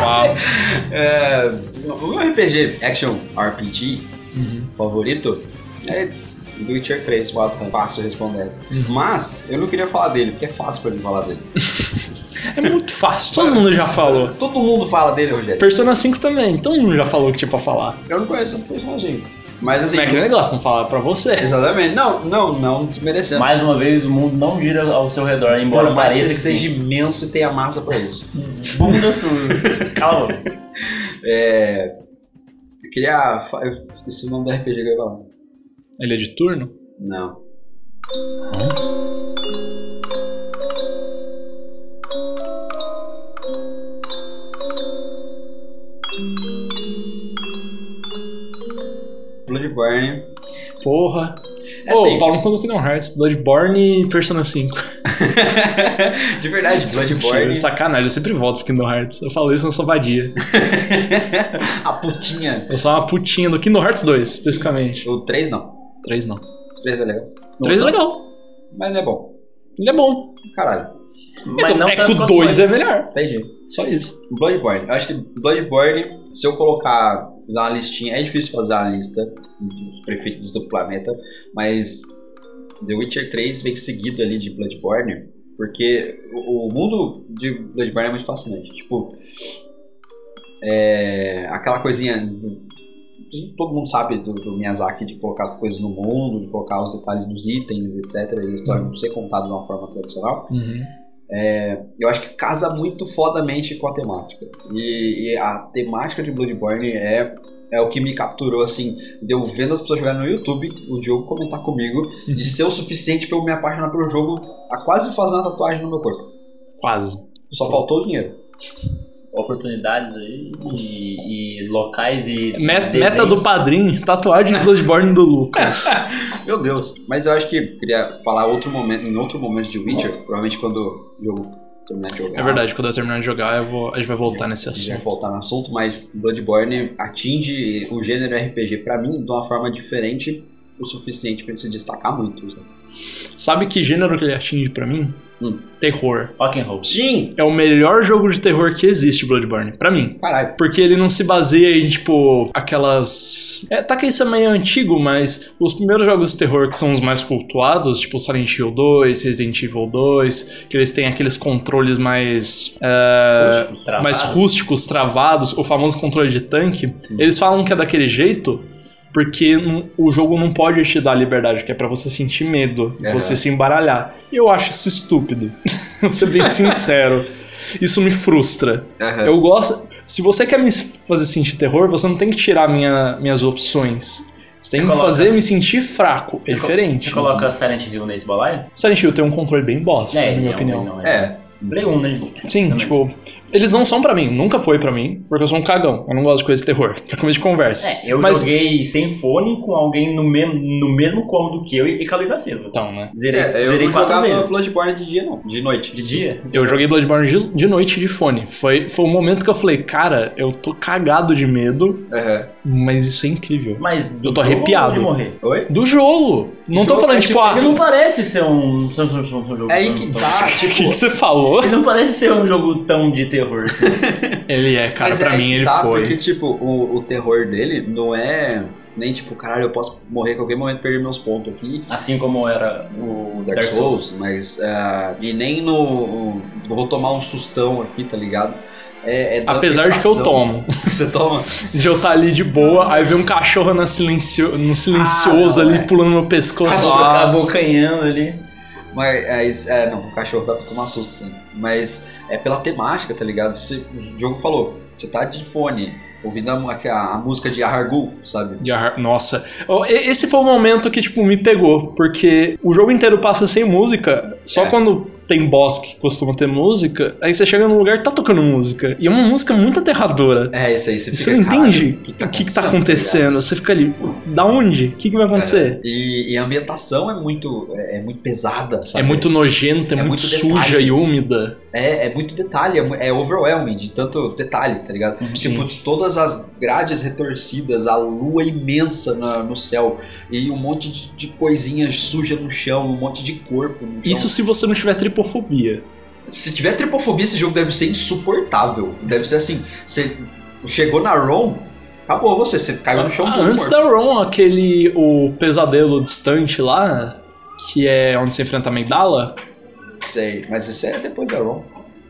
uau. É, o meu RPG, Action RPG, Uhum. favorito, é do Witcher 3, 4, fácil responder essa. Uhum. Mas, eu não queria falar dele, porque é fácil pra mim falar dele. É muito fácil, todo mundo já falou. Todo mundo fala dele, Rogério. Persona 5 também, todo mundo já falou que tinha pra falar. Eu não conheço esse personagem. Mas assim... Como é que é o negócio? Não falar pra você. Exatamente. Não, não, não desmerecendo. Mais uma vez, o mundo não gira ao seu redor, Por embora mais que pareça que ele Então, seja seja imenso e tenha massa pra isso. bunda sua. Cala a boca. É... Eu queria... fa- Eu esqueci o nome do RPG que eu ia falar. Ele é de turno? Não. Hum? Bloodborne. Porra. É É Ô, assim. Paulo não falou que não Hearts, Bloodborne e Persona 5. De verdade, Bloodborne. Mentira, sacanagem, eu sempre volto pro Kingdom Hearts. Eu falo isso, eu sou vadia. A putinha. Eu sou uma putinha do Kingdom Hearts 2, especificamente. O 3 não. 3 não. 3 é legal. 3 é legal. Mas não é bom. Ele é bom. Caralho. Mas não é que tanto o quanto 2 é mais. melhor. Entendi. Só isso. Bloodborne. Eu acho que Bloodborne, se eu colocar, usar uma listinha, é difícil fazer uma lista dos prefeitos do planeta, mas The Witcher 3 vem seguido ali de Bloodborne, porque o o mundo de Bloodborne é muito fascinante. Tipo, é, aquela coisinha todo mundo sabe do, do Miyazaki de colocar as coisas no mundo, de colocar os detalhes dos itens, etc. E a história não ser contada de uma forma tradicional. Uhum. Eu acho que casa muito fodamente com a temática. E, e a temática de Bloodborne é, é o que me capturou, assim, de eu vendo as pessoas jogarem no YouTube, o Diogo comentar comigo, de ser o suficiente pra eu me apaixonar pelo jogo, a quase fazer uma tatuagem no meu corpo. Quase. Só faltou o dinheiro. Oportunidades aí e, e locais e. Meta, desenhos. meta do padrinho, tatuagem de Bloodborne do Lucas. Meu Deus. Mas eu acho que queria falar outro momento, em outro momento de Witcher, provavelmente quando o Diogo terminar de jogar. É verdade, quando eu terminar de jogar, eu vou- a gente vai voltar nesse A gente vai assunto. voltar no assunto, mas Bloodborne atinge o gênero RPG pra mim de uma forma diferente o suficiente pra ele se destacar muito. né? Sabe que gênero que ele atinge pra mim? Hum. Terror. Rock and roll. Sim! É o melhor jogo de terror que existe, Bloodborne, pra mim. Caralho. Porque ele não se baseia em, tipo, aquelas. É, tá que isso é meio antigo, mas os primeiros jogos de terror que são os mais cultuados, tipo Silent Hill 2, Resident Evil 2, que eles têm aqueles controles mais. é, Rústico, travado. mais rústicos, travados, o famoso controle de tanque, eles falam que é daquele jeito porque não- o jogo não pode te dar liberdade, que é pra você sentir medo, Aham. você se embaralhar. E eu acho isso estúpido. Vou ser bem sincero. Isso me frustra. Aham. Eu gosto. Se você quer me fazer sentir terror, você não tem que tirar minha- minhas opções. Você tem Você que coloca- fazer me sentir fraco. É Você co- diferente. Você coloca É, Silent Hill nesse balaio? Silent Hill tem um controle bem bosta, na minha não, opinião. não É, Play 1, né? Sim, um Também. tipo, eles não são pra mim, nunca foi pra mim, porque eu sou um cagão, eu não gosto de coisa de terror, pra comer de conversa. É, eu Mas- joguei sem fone com alguém no mesmo, no mesmo cômodo que eu e, e com a luz acesa. Então, né? Zerei, é, eu zerei não quatro jogava vezes. Bloodborne de dia, não. De noite. De dia? Eu joguei Bloodborne de, de noite de fone. Foi, foi o momento que eu falei, cara, eu tô cagado de medo, Aham. mas isso é incrível. Mas do Eu tô arrepiado. De morrer. Oi? Do jogo! Não tô jogo falando, é tipo, tipo- ah, Ele não parece ser um. ser um- ser um jogo É aí que tão- tá, o que, tipo. que você falou? Ele não parece ser um jogo tão de terror. assim. Ele é, cara, mas é pra aí mim que ele tá, foi. Porque, tipo, o, o terror dele não é nem tipo, caralho, eu posso morrer a qualquer momento e perder meus pontos aqui. Assim como era o Dark Souls, mas. ah, e nem no. Vou tomar um sustão aqui, tá ligado? É, é da Apesar de que eu tentação. tomo. Você toma? De eu estar ali de boa, aí vem um cachorro na silencio, no silencioso Ah, não, ali é. pulando meu pescoço. Cachorro. é Nossa. Abocanhando ali. Mas, é, não, o cachorro dá pra tomar susto, sim. Mas é pela temática, tá ligado? Você- o jogo falou, você tá de fone, ouvindo a, mu- a- a música de Argul, sabe? De arra- Nossa, Oh, e- esse foi o momento que, tipo, me pegou, porque o jogo inteiro passa sem música, só É. quando tem boss que costuma ter música, aí você chega num lugar e tá tocando música, e é uma música muito aterradora. É, isso aí, você E fica. você não "Caralho, entende o que, que tá acontecendo, você fica ali, da onde? O que, que vai acontecer? E, e a ambientação é muito, é, é muito pesada, É sabe? muito nojenta, é, É muito, muito suja detalhe. e úmida. É, é muito detalhe, é, mu- é overwhelming de tanto detalhe, tá ligado? Uhum, Sim. Tipo, todas as grades retorcidas, a lua imensa na- no céu, e um monte de, de coisinha suja no chão, um monte de corpo no chão. Isso se você não tiver tripofobia. Se tiver tripofobia, esse jogo deve ser insuportável. Deve ser assim, você chegou na ROM, acabou você, você caiu no chão Ah, todo antes morto. da Ron, aquele o pesadelo distante lá, que é onde você enfrenta a Amidala, Sei, mas isso é depois da ROM.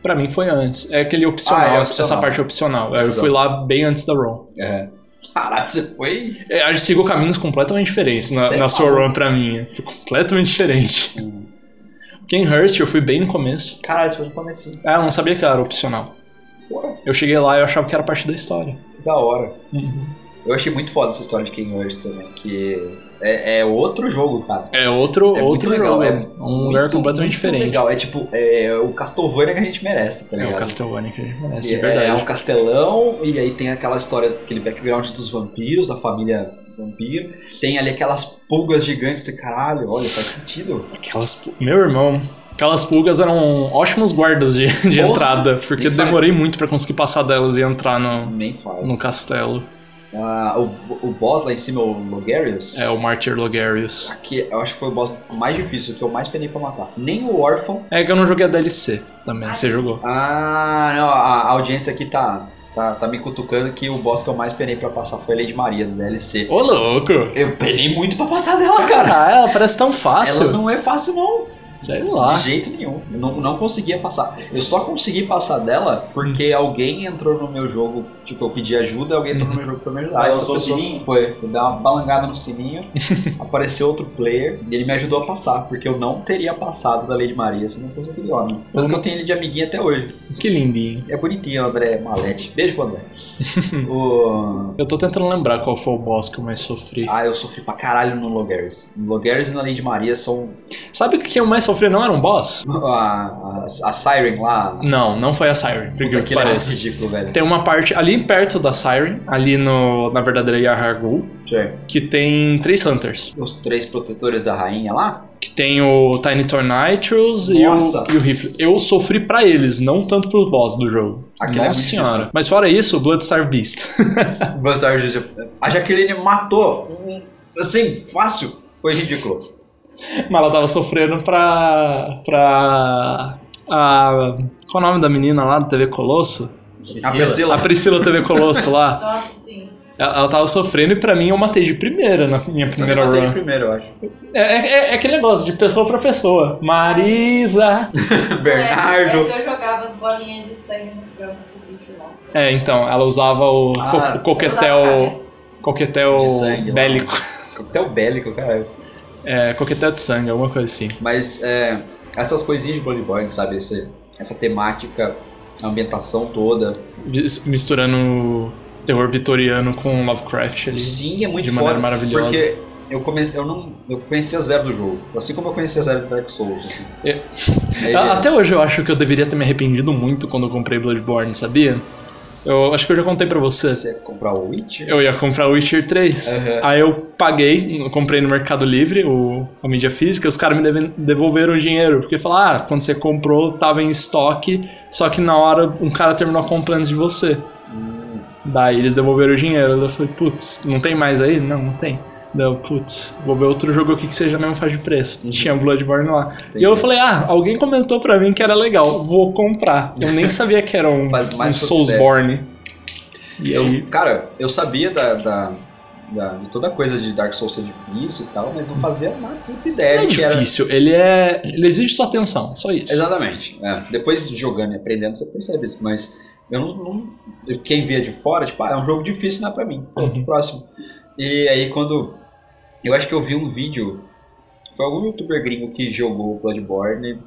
Pra mim foi antes. É aquele opcional, Ah, é essa- essa opcional. parte é opcional. Eu Exato. fui lá bem antes da Ron. É. Caralho, você foi. É, A gente seguiu caminhos completamente diferentes na, Sei na lá. sua Ron pra mim. Foi completamente diferente. Ken Hurst, eu fui bem no começo. Caralho, você foi no comecinho. Ah, eu não sabia que era opcional. Porra, Eu cheguei lá e eu achava que era parte da história. que da hora. Uhum. Eu achei muito foda essa história de King Hearts também, que é, é outro jogo, cara. É outro, É muito outro legal, jogo. é um lugar Muito, muito completamente diferente. legal, é tipo, é o Castlevania que a gente merece, tá É ligado? o Castlevania que a gente merece, É, é, verdade. é um castelão, e aí tem aquela história, aquele background dos vampiros, da família vampiro. Tem ali aquelas pulgas gigantes, você, caralho, olha, faz sentido. Aquelas, pu- meu irmão, aquelas pulgas eram ótimos guardas de, de Porra, entrada, porque nem faz. demorei muito pra conseguir passar delas e entrar no, Nem fala. no castelo. Ah, o, o boss lá em cima, o Logarius, É o Martyr Logarius. que eu acho que foi o boss mais difícil, que eu mais penei pra matar. Nem o Orphan. É que eu não joguei a DLC também, você jogou. Ah, não, a, a audiência aqui tá, tá, tá me cutucando que o boss que eu mais penei pra passar foi a Lady Maria, do DLC. Ô louco! Eu penei muito pra passar dela, cara. Ah, ela parece tão fácil. Ela não é fácil, não. Sei lá. De jeito nenhum. Eu não, não conseguia passar. Eu só consegui passar dela porque alguém entrou no meu jogo. Tipo, eu pedi ajuda, alguém entrou no Uhum. meu jogo pra me ajudar. Ah, Essa lançou o pessoa sininho? Foi. Fui dar uma balangada no sininho, apareceu outro player e ele me ajudou a passar, porque eu não teria passado da Lady Maria se não fosse aquele homem. Tanto que eu tenho ele de amiguinha até hoje. Que lindinho. É bonitinho o André Malete. Beijo pro André. O- Eu tô tentando lembrar qual foi o boss que eu mais sofri. Ah, eu sofri pra caralho no Logares. No Logares e na Lady Maria são Sabe o que eu mais sofri? Não era um boss? a, a, a Siren lá. Não, não foi a Siren, por Puta, Hum. incrível aquele que é muito pareça. ridículo, velho. Tem uma parte ali perto da Siren, ali no, na verdadeira Yarhargul, Sure. que tem três Hunters. Os três protetores da rainha lá? Que tem o Tiny Tornitrous e o, Nossa. e o Rifle. Eu sofri pra eles, não tanto pros boss do jogo. Aquele é Nossa muito senhora. difícil. Mas fora isso, o Bloodstar Beast. Buster disse, A Jaqueline matou. um- Assim, fácil. Foi ridículo. Mas ela tava sofrendo pra. pra. A, qual é o nome da menina lá da TV Colosso? A Priscila. A Priscila. Priscila TV Colosso lá. Nossa, sim. Ela, ela tava sofrendo e pra mim eu matei de primeira na minha primeira Eu matei run. Primeiro, eu acho. É, é- é aquele negócio de pessoa pra pessoa. Marisa! É, é Bernardo. que eu jogava as bolinhas de sangue no campo pro bicho lá. É, então, ela usava o, co- Ah, o coquetel. Coquetel De sangue lá. bélico. Até o bélico, caralho. É, coquetel de sangue, alguma coisa assim. Mas é, essas coisinhas de Bloody Boy, sabe? Esse- essa temática, a ambientação toda. Mis- Misturando terror vitoriano com Lovecraft ali. Sim, é muito de maneira foda, maravilhosa. Porque eu comecei, eu não, eu conhecia zero do jogo. Assim como eu conhecia zero do Dark Souls. assim. É. Ele- A- Até hoje eu acho que eu deveria ter me arrependido muito quando eu comprei Bloodborne, sabia? Eu acho que eu já contei pra você. Você comprar o Witcher? Eu ia comprar Witcher 3. Aham. Aí eu paguei, eu comprei no Mercado Livre o, a mídia física, os caras me devem- devolveram o dinheiro. Porque falaram, ah, quando você comprou, tava em estoque, só que na hora um cara terminou comprando antes de você. Hum, Daí eles devolveram o dinheiro. Eu falei, putz, não tem mais aí? Não, não tem. Daí eu, putz, vou ver outro jogo aqui que seja mesmo faixa de preço. Uhum. Tinha Bloodborne lá. Entendi. E eu falei, ah, alguém comentou pra mim que era legal, vou comprar. Eu nem sabia que era um, Faz mais um que eu Soulsborne. E Eu- aí, cara, eu sabia da, da- da- de toda a coisa de Dark Souls ser difícil e tal, mas não fazia na puta ideia é de que era. difícil, ele é. Ele exige sua atenção, só isso. Exatamente. é. Depois jogando e aprendendo, você percebe isso, mas eu não. não- eu- quem via de fora, tipo, ah, é um jogo difícil, não é pra mim. Pô, Uhum. Próximo. E aí quando. Eu acho que eu vi um vídeo. Foi algum youtuber gringo que jogou Bloodborne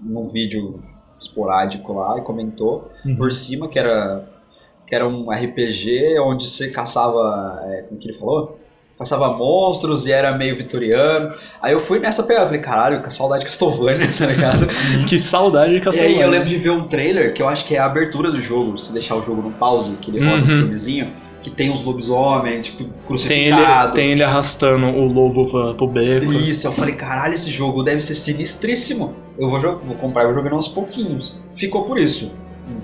num vídeo esporádico lá e comentou Uhum. por cima, que era, que era um RPG onde você caçava. é, como que ele falou? Caçava monstros e era meio vitoriano. Aí eu fui nessa pegada, falei, caralho, que saudade de Castlevania, tá ligado? Que saudade de e aí Castlevania. eu lembro de ver um trailer que eu acho que é a abertura do jogo, se deixar o jogo no pause, que ele roda um Uhum. filmezinho, que tem os lobisomens, tipo, tem, ele, crucificado. tem ele arrastando o lobo pra, pro beco. Isso, eu falei, caralho, esse jogo deve ser sinistríssimo. Eu vou, jo- vou comprar, eu vou jogando aos pouquinhos. Ficou por isso.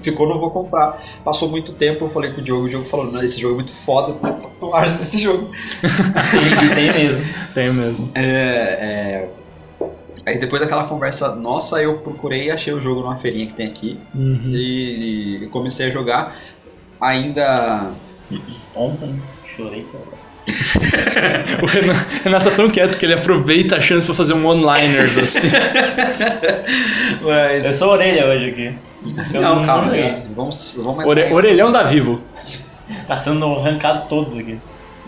Ficou, não vou comprar. Passou muito tempo, eu falei com o Diogo, o Diogo falou, não, esse jogo é muito foda, eu tenho tatuagem desse jogo. E tem mesmo. Tem mesmo. É, é, Aí depois daquela conversa nossa, eu procurei e achei o jogo numa feirinha que tem aqui. Uhum. E, e comecei a jogar. Ainda... Ontem, chorei. sei lá. O Renan, o Renan tá tão quieto que ele aproveita a chance pra fazer um one-liners assim. Mas... Eu sou orelha hoje aqui. Eu Não, calma, joguei. vamos, vamos entrar Ore- em- orelhão da Vivo. Tá sendo arrancado todos aqui.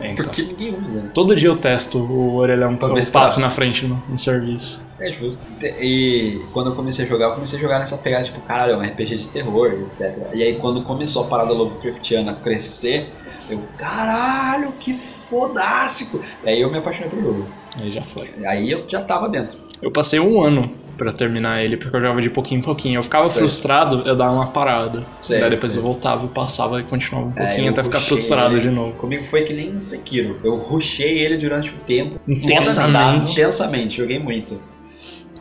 É, então. Porque ninguém usa, né? Todo dia eu testo o orelhão que Pra eu ver se tá- passo na frente no, no serviço. É justo. E quando eu comecei a jogar, eu comecei a jogar nessa pegada, tipo, caralho, é um RPG de terror, etc. E aí quando começou a parada Lovecraftiana a crescer, eu, caralho, que fodástico! E aí eu me apaixonei pelo jogo. Aí já foi. E Aí eu já tava dentro. Eu passei um ano pra terminar ele, porque eu jogava de pouquinho em pouquinho. Eu ficava Sei. frustrado, eu dava uma parada. Sei. Daí depois eu voltava e passava e continuava um É, pouquinho eu até ficar rushei frustrado ele. de novo. Comigo foi que nem Sekiro. Eu rushei ele durante o tempo. Intensamente. Intensamente, joguei muito.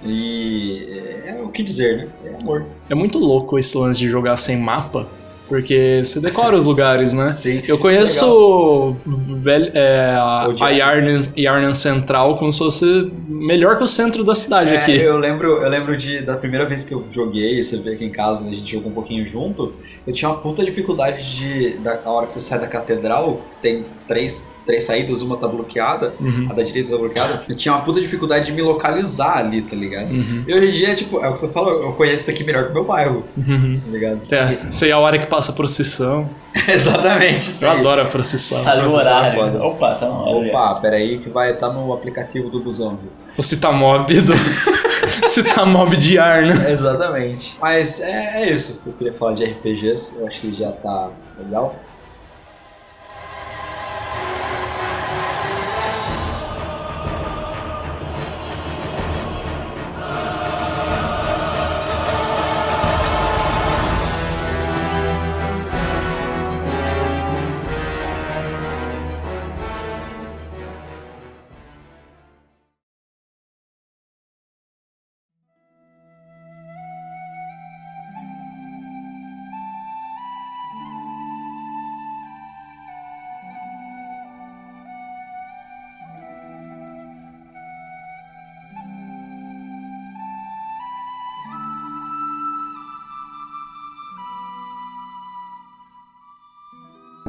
E é o que dizer, né? É amor. É muito louco esse lance de jogar sem mapa, porque você decora os lugares, né? Sim. Eu conheço velho, é, a, O de- a Yarnan, Yarnan Central como se fosse melhor que o centro da cidade É, aqui. Eu lembro, eu lembro de, da primeira vez que eu joguei, você veio aqui em casa, a gente jogou um pouquinho junto. Eu tinha uma puta dificuldade de. Da, na hora que você sai da catedral, tem três três saídas, uma tá bloqueada, Uhum. a da direita tá bloqueada. Eu tinha uma puta dificuldade de me localizar ali, tá ligado? Uhum. E hoje em dia, tipo, é o que você falou, eu conheço isso aqui melhor que meu bairro, Uhum. tá ligado? É, sei a hora que passa a procissão. Exatamente. isso Eu aí. adoro a procissão. Sabe o processar, horário. foda. Opa, tá na hora. já. Opa, peraí que vai estar no aplicativo do busão. viu? O Citamob do. Citamob de ar, né? Exatamente. Mas é, é isso que eu queria falar de RPGs. Eu acho que já tá legal.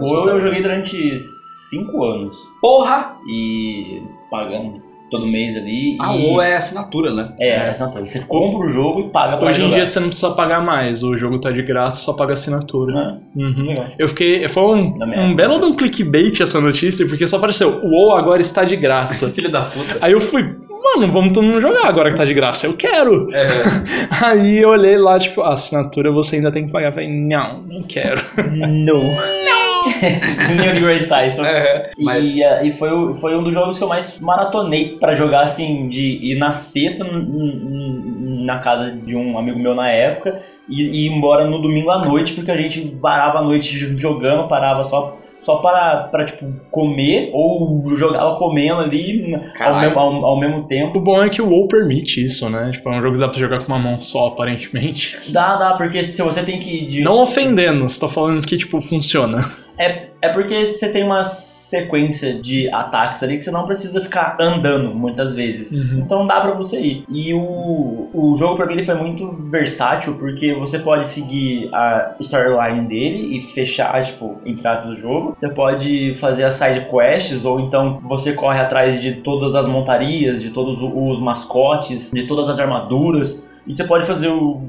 Ou eu joguei durante 5 anos. Porra! E pagando todo mês ali. A e... ou é assinatura, né? É, assinatura. Você compra o jogo e paga pra Hoje em jogar. dia você não precisa pagar mais, o jogo tá de graça, só paga assinatura. Ah, Uhum. legal. Eu fiquei. Foi um, Na merda. um belo de um clickbait essa notícia, porque só apareceu, o WoW agora está de graça. Filho da puta. Aí eu fui, mano, vamos todo mundo jogar agora que tá de graça. Eu quero! É, Aí eu olhei lá, tipo, a assinatura você ainda tem que pagar. Eu falei, não, não quero. No. Neil deGrasse Tyson. é. E, Mas- eh, e foi, o- foi um dos jogos que eu mais maratonei pra jogar, assim, de ir na sexta n- n- n- na casa de um amigo meu na época e, e ir embora no domingo à noite, porque a gente varava a noite j- jogando, parava só, só para, para, tipo, comer ou jogava comendo ali n- ao Caralho. mesmo, ao, ao mesmo tempo. O bom é que o WoW permite isso, né? Tipo, é um jogo que dá pra jogar com uma mão só, aparentemente. Dá, dá, porque se você tem que ir de... Não ofendendo, você tá falando que, tipo, funciona. É, é porque você tem uma sequência de ataques ali que você não precisa ficar andando muitas vezes. Uhum. Então dá pra você ir. E o, o jogo pra mim ele foi muito versátil, porque você pode seguir a storyline dele e fechar, tipo, entre aspas, o jogo. Você pode fazer as side quests, ou então você corre atrás de todas as montarias, de todos os mascotes, de todas as armaduras. E você pode fazer o,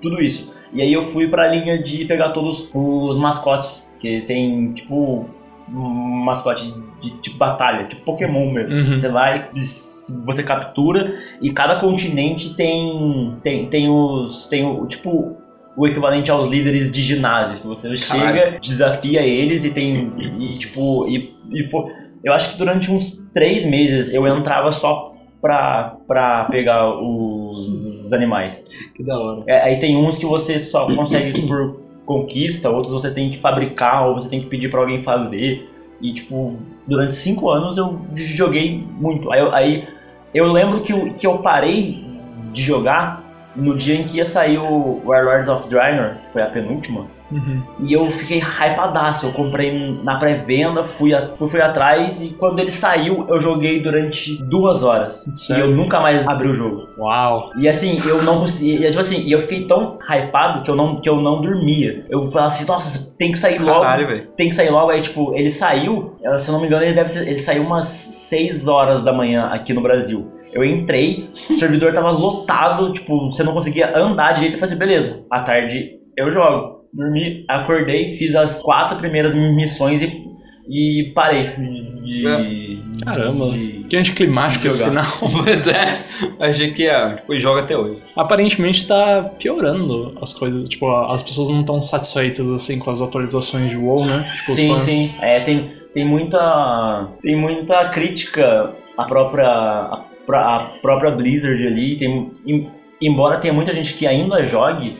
tudo isso. E aí eu fui pra linha de pegar todos os mascotes, que tem, tipo, um mascote de, de batalha, tipo Pokémon mesmo. Uhum. Você vai, você captura e cada continente tem tem tem os tem o tipo o equivalente aos líderes de ginásios. Você chega, desafia eles e tem e, tipo e, e for, eu acho que durante uns três meses eu entrava só pra, pra pegar os animais. Que da hora. É, aí tem uns que você só consegue por conquista, outros você tem que fabricar, ou você tem que pedir pra alguém fazer. E, tipo, durante cinco anos eu joguei muito. Aí, eu- aí eu lembro que, eu- que eu parei de jogar no dia em que ia sair o Warlords of Draenor, que foi a penúltima. Uhum. E eu fiquei hypadaço. Eu comprei um, na pré-venda, fui, a- fui, fui atrás, e quando ele saiu, eu joguei durante duas horas. Sério? E eu nunca mais abri o jogo. Uau. E assim, eu não consegui. E, tipo assim, e eu fiquei tão hypado que eu não, que eu não dormia. Eu falava assim, nossa, tem que sair logo. Caralho, velho. Tem que sair logo. Aí, tipo, ele saiu, eh, se eu não me engano, ele deve ter- Ele saiu umas 6 horas da manhã aqui no Brasil. Eu entrei, o servidor tava lotado, tipo, você não conseguia andar direito. Eu falei assim, beleza, à tarde eu jogo. Dormi, acordei, fiz as quatro primeiras missões e, e parei de. de- Caramba. de- Que anticlimático esse Jogar. final. Pois é. Achei que ia. Tipo, e joga até hoje. Aparentemente tá piorando as coisas. Tipo, as pessoas não estão satisfeitas assim com as atualizações de WoW, né? Tipo, os sim, fãs. sim. É, tem, tem muita. Tem muita crítica à própria. à, pró- à própria Blizzard ali. Tem, em- embora tenha muita gente que ainda jogue,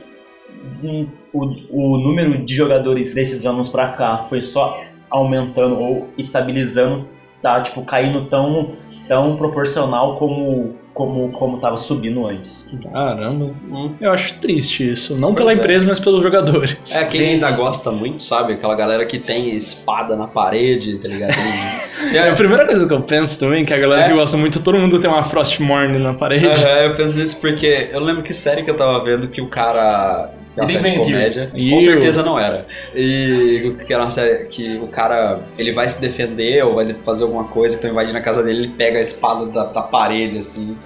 hum, o, o número de jogadores desses anos pra cá foi só aumentando ou estabilizando, tá? Tipo, caindo tão. Tão proporcional como, como, como tava subindo antes. Caramba. Hum. Eu acho triste isso. Não Pois pela é. empresa, mas pelos jogadores. É, quem ainda gosta muito, sabe? Aquela galera que tem espada na parede, tá ligado? Tem- tem É a a- primeira coisa que eu penso também, que a galera É. que gosta muito, todo mundo tem uma Frostmourne na parede. Aham, eu penso nisso porque eu lembro que série que eu tava vendo que o cara que é uma Big série de Bang Theory. comédia. Ih. Com certeza não era. E que era uma série que o cara ele vai se defender ou vai fazer alguma coisa, então invadindo a casa dele, ele pega a espada da, da parede, assim,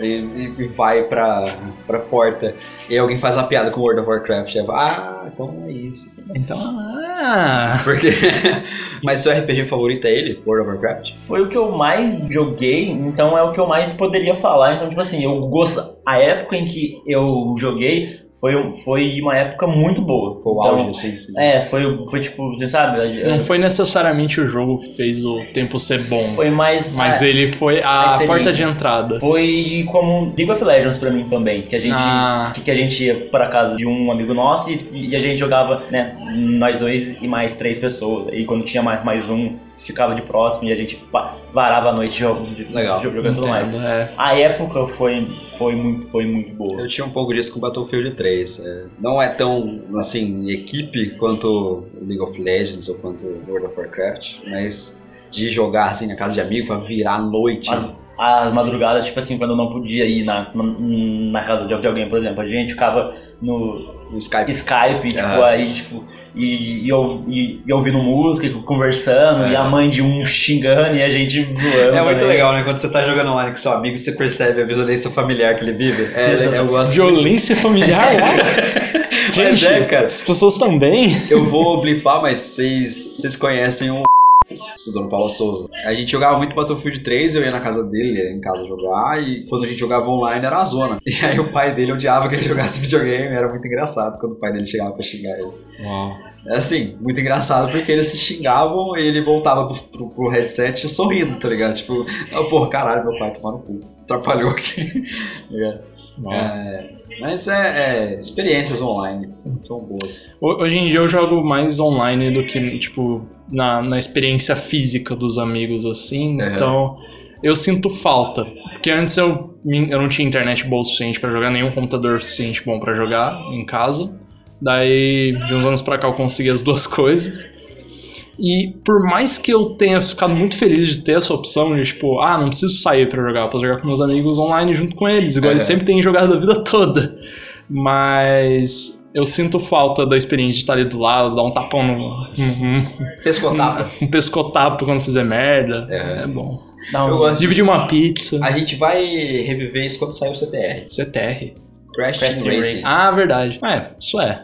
e, e- e vai pra, pra porta. E aí alguém faz uma piada com World of Warcraft. Aí, eu falo, ah, então é isso. Então, ah, Porque. Mas seu RPG favorito é ele? World of Warcraft? Foi o que eu mais joguei, então é o que eu mais poderia falar. Então, tipo assim, eu gosto. A época em que eu joguei foi, um- foi uma época muito boa. Foi o Então, auge, assim. É, foi, foi tipo, você sabe? não foi necessariamente o jogo que fez o tempo ser bom, Foi mais. mas é, ele foi a a experiência. porta de entrada. Foi como League of Legends pra mim também, que a gente. Ah. Que a gente ia pra casa de um amigo nosso e, e a gente jogava, né, nós dois e mais três pessoas. E quando tinha mais, mais um, ficava de próximo e a gente pa- varava a noite jogando, Legal. jogando e tudo mais. Entendo, é. A época foi, foi, muito, foi muito boa. Eu tinha um pouco disso com Battlefield 3. é. não é tão, assim, equipe quanto League of Legends ou quanto World of Warcraft, mas de jogar, assim, na casa de amigo, pra virar a noite. As, as madrugadas, tipo assim, quando eu não podia ir na, na, na casa de, de alguém, por exemplo, a gente ficava no no Skype. Skype, tipo, Ah. aí, tipo, e, e, ou- e, e ouvindo música, e conversando, É. e a mãe de um xingando e a gente voando. É muito legal, né? Quando você tá jogando online com seu amigo, você percebe a violência familiar que ele vive. É, eu gosto muito Violência familiar? uau. Mas Gente, é, cara. as pessoas estão bem? Eu vou blipar, mas vocês vocês conhecem o. Estudou no Paula Souza. A gente jogava muito Battlefield 3, eu ia na casa dele, ele ia em casa jogar, e quando a gente jogava online era a zona. E aí o pai dele odiava que ele jogasse videogame, era muito engraçado quando o pai dele chegava pra xingar ele. É assim, muito engraçado porque eles se xingavam e ele voltava pro, pro- pro headset sorrindo, tá ligado? Tipo, ah, pô, caralho, meu pai tomar no cu. Atrapalhou aqui. Tá ligado? É, mas é, é, experiências online são boas. Ho- Hoje em dia eu jogo mais online do que, tipo, na, na experiência física dos amigos, assim. Aham. Então, eu sinto falta. Porque antes eu, me- eu não tinha internet boa o suficiente pra jogar, nenhum computador suficiente bom pra jogar em casa. Daí, de uns anos pra cá, eu consegui as duas coisas. E por mais que eu tenha ficado muito feliz de ter essa opção de, tipo, ah, não preciso sair pra jogar, eu posso jogar com meus amigos online junto com eles, É. igual eles sempre têm jogado a vida toda. Mas eu sinto falta da experiência de estar ali do lado, dar um tapão no. Uhum. Um, Pescotapa. um pescotapo quando fizer merda. É. É, bom. Não, Eu gosto Dividir uma pizza. A gente vai reviver isso é quando sair o CTR. CTR. Crash, Crash Team Team Racing. Ah, verdade. É, isso é.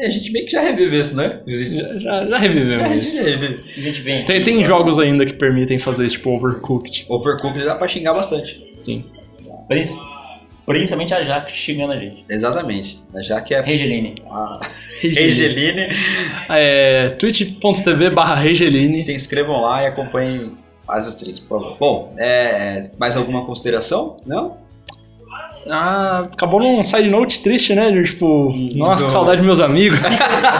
É, a gente meio que já reviveu isso, né? A gente- Já, já, já É, a revivemos gente isso. reviveu. A gente vem. Tem, tem jogos ainda que permitem fazer isso, tipo Overcooked. Overcooked dá pra xingar bastante. Sim. Prin- Principalmente a Jaque xingando a gente. Exatamente. Já que é Regeline. a Regeline, É, twitch.tv barra Regeline. se inscrevam lá e acompanhem as streams, por favor. Bom, é, mais alguma consideração? Não? Ah, acabou num side note triste, né? De, tipo, nossa, Não. que saudade dos meus amigos.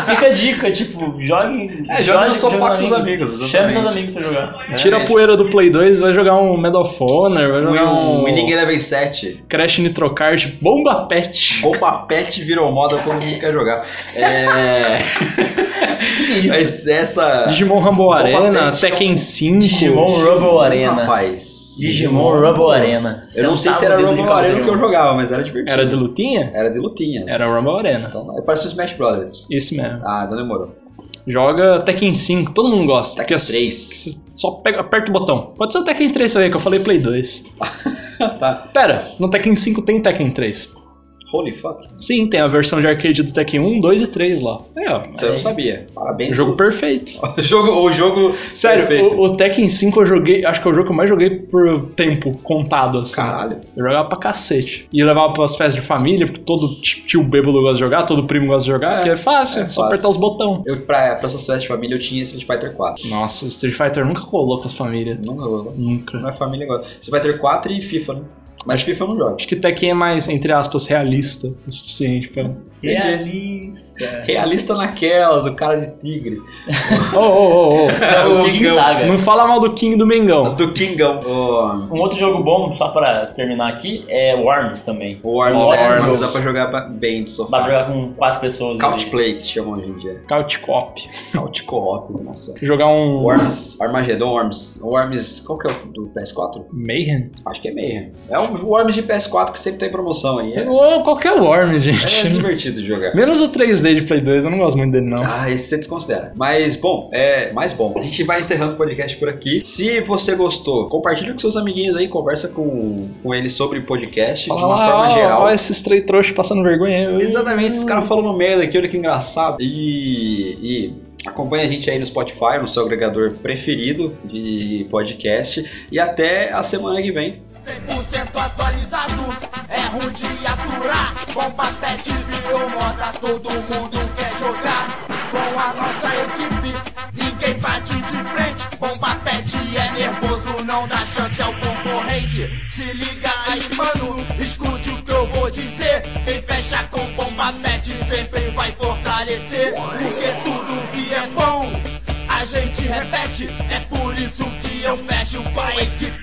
Fica a dica, tipo, jogue. É, joga no sofá com seus amigos, exatamente. Chame seus amigos pra jogar. É. Tira a poeira do Play 2, vai jogar um Medal of Honor, vai jogar um. Winning Eleven 7. Crash Nitrocard, bomba pet. Opa, pet virou moda, todo mundo quer jogar. É... Mas essa... Digimon Rumble Bomba Arena, Pet, Tekken 5. Digimon Rumble Arena. Rapaz. Digimon Rumble Arena. Eu não sei se era Sentava o dedo Rumble de um. Arena que eu caldeirão. jogava, mas era divertido. Era de lutinha? Era de lutinha. Era Rumble Arena. Então, é, parece o Smash Brothers. Isso mesmo. Ah, não demorou. Tá Joga Tekken 5, todo mundo gosta. Tekken porque 3. Só pega, aperta o botão. Pode ser o Tekken 3 aí, que eu falei Play 2. tá. Pera, no Tekken 5 tem Tekken 3. Holy fuck. Sim, tem a versão de arcade do Tekken 1, 2 e 3 lá. Aí, ó. um Isso eu não sabia. Parabéns. É. Jogo perfeito. O jogo, o jogo. Sério, perfeito. o, o Tekken 5 eu joguei, acho que é o jogo que eu mais joguei por tempo contado, assim. Caralho. Eu jogava pra cacete. E levava pras festas de família, porque todo ti- tio bêbado gosta de jogar, todo primo gosta de jogar, que é fácil, é fácil. só apertar os botões. Eu, pra, pra essas festas de família, eu tinha Street Fighter 4. Nossa, Street Fighter nunca colou com as famílias. Não, não, não. Nunca. Minha família gosta. Street Fighter 4 e FIFA, né? Mas FIFA eu não jogo. Acho que Tekken é mais, entre aspas, realista o suficiente pra. é Realista. Realista naquelas, o cara de tigre. Oh, oh, oh, oh. o King Kingão. Saga. Não fala mal do King do Mengão. Do Kingão. O- Um outro jogo bom, só pra terminar aqui, é Worms também. O Worms, Ótimo é, jogo. Worms dá pra jogar pra- bem de Dá pra sofá. jogar com quatro pessoas. Couch ali. Play, que chamam hoje em dia. Couch Cop. Couch Co-op, nossa. Jogar um. Worms, Armageddon Worms. Worms, qual que é o do PS4? Mayhem? Acho que é meia. É um Worms de PS4 que sempre tem promoção aí. É, Ou qualquer Worm, é gente. divertido de jogar. Menos o 3D de Play 2, eu não gosto muito dele, não. Ah, esse você desconsidera. Mas, bom, é mais bom. A gente vai encerrando o podcast por aqui. Se você gostou, compartilha com seus amiguinhos aí, conversa com, com eles sobre o podcast de Fala uma lá, forma ó, geral. ó, esses três trouxas passando vergonha. aí. Exatamente, esses caras falam merda aqui, olha que engraçado. E, e acompanha a gente aí no Spotify, no seu agregador preferido de podcast. E até a semana que vem. 100% atualizado, é ruim de aturar. Bomba pet virou moda, todo mundo quer jogar. Com a nossa equipe, ninguém bate de frente. Bomba pet é nervoso, não dá chance ao concorrente. Se liga aí, mano, escute o que eu vou dizer. Quem fecha com bomba pet sempre vai fortalecer. Porque tudo que é bom, a gente repete. É por isso que eu fecho com a equipe.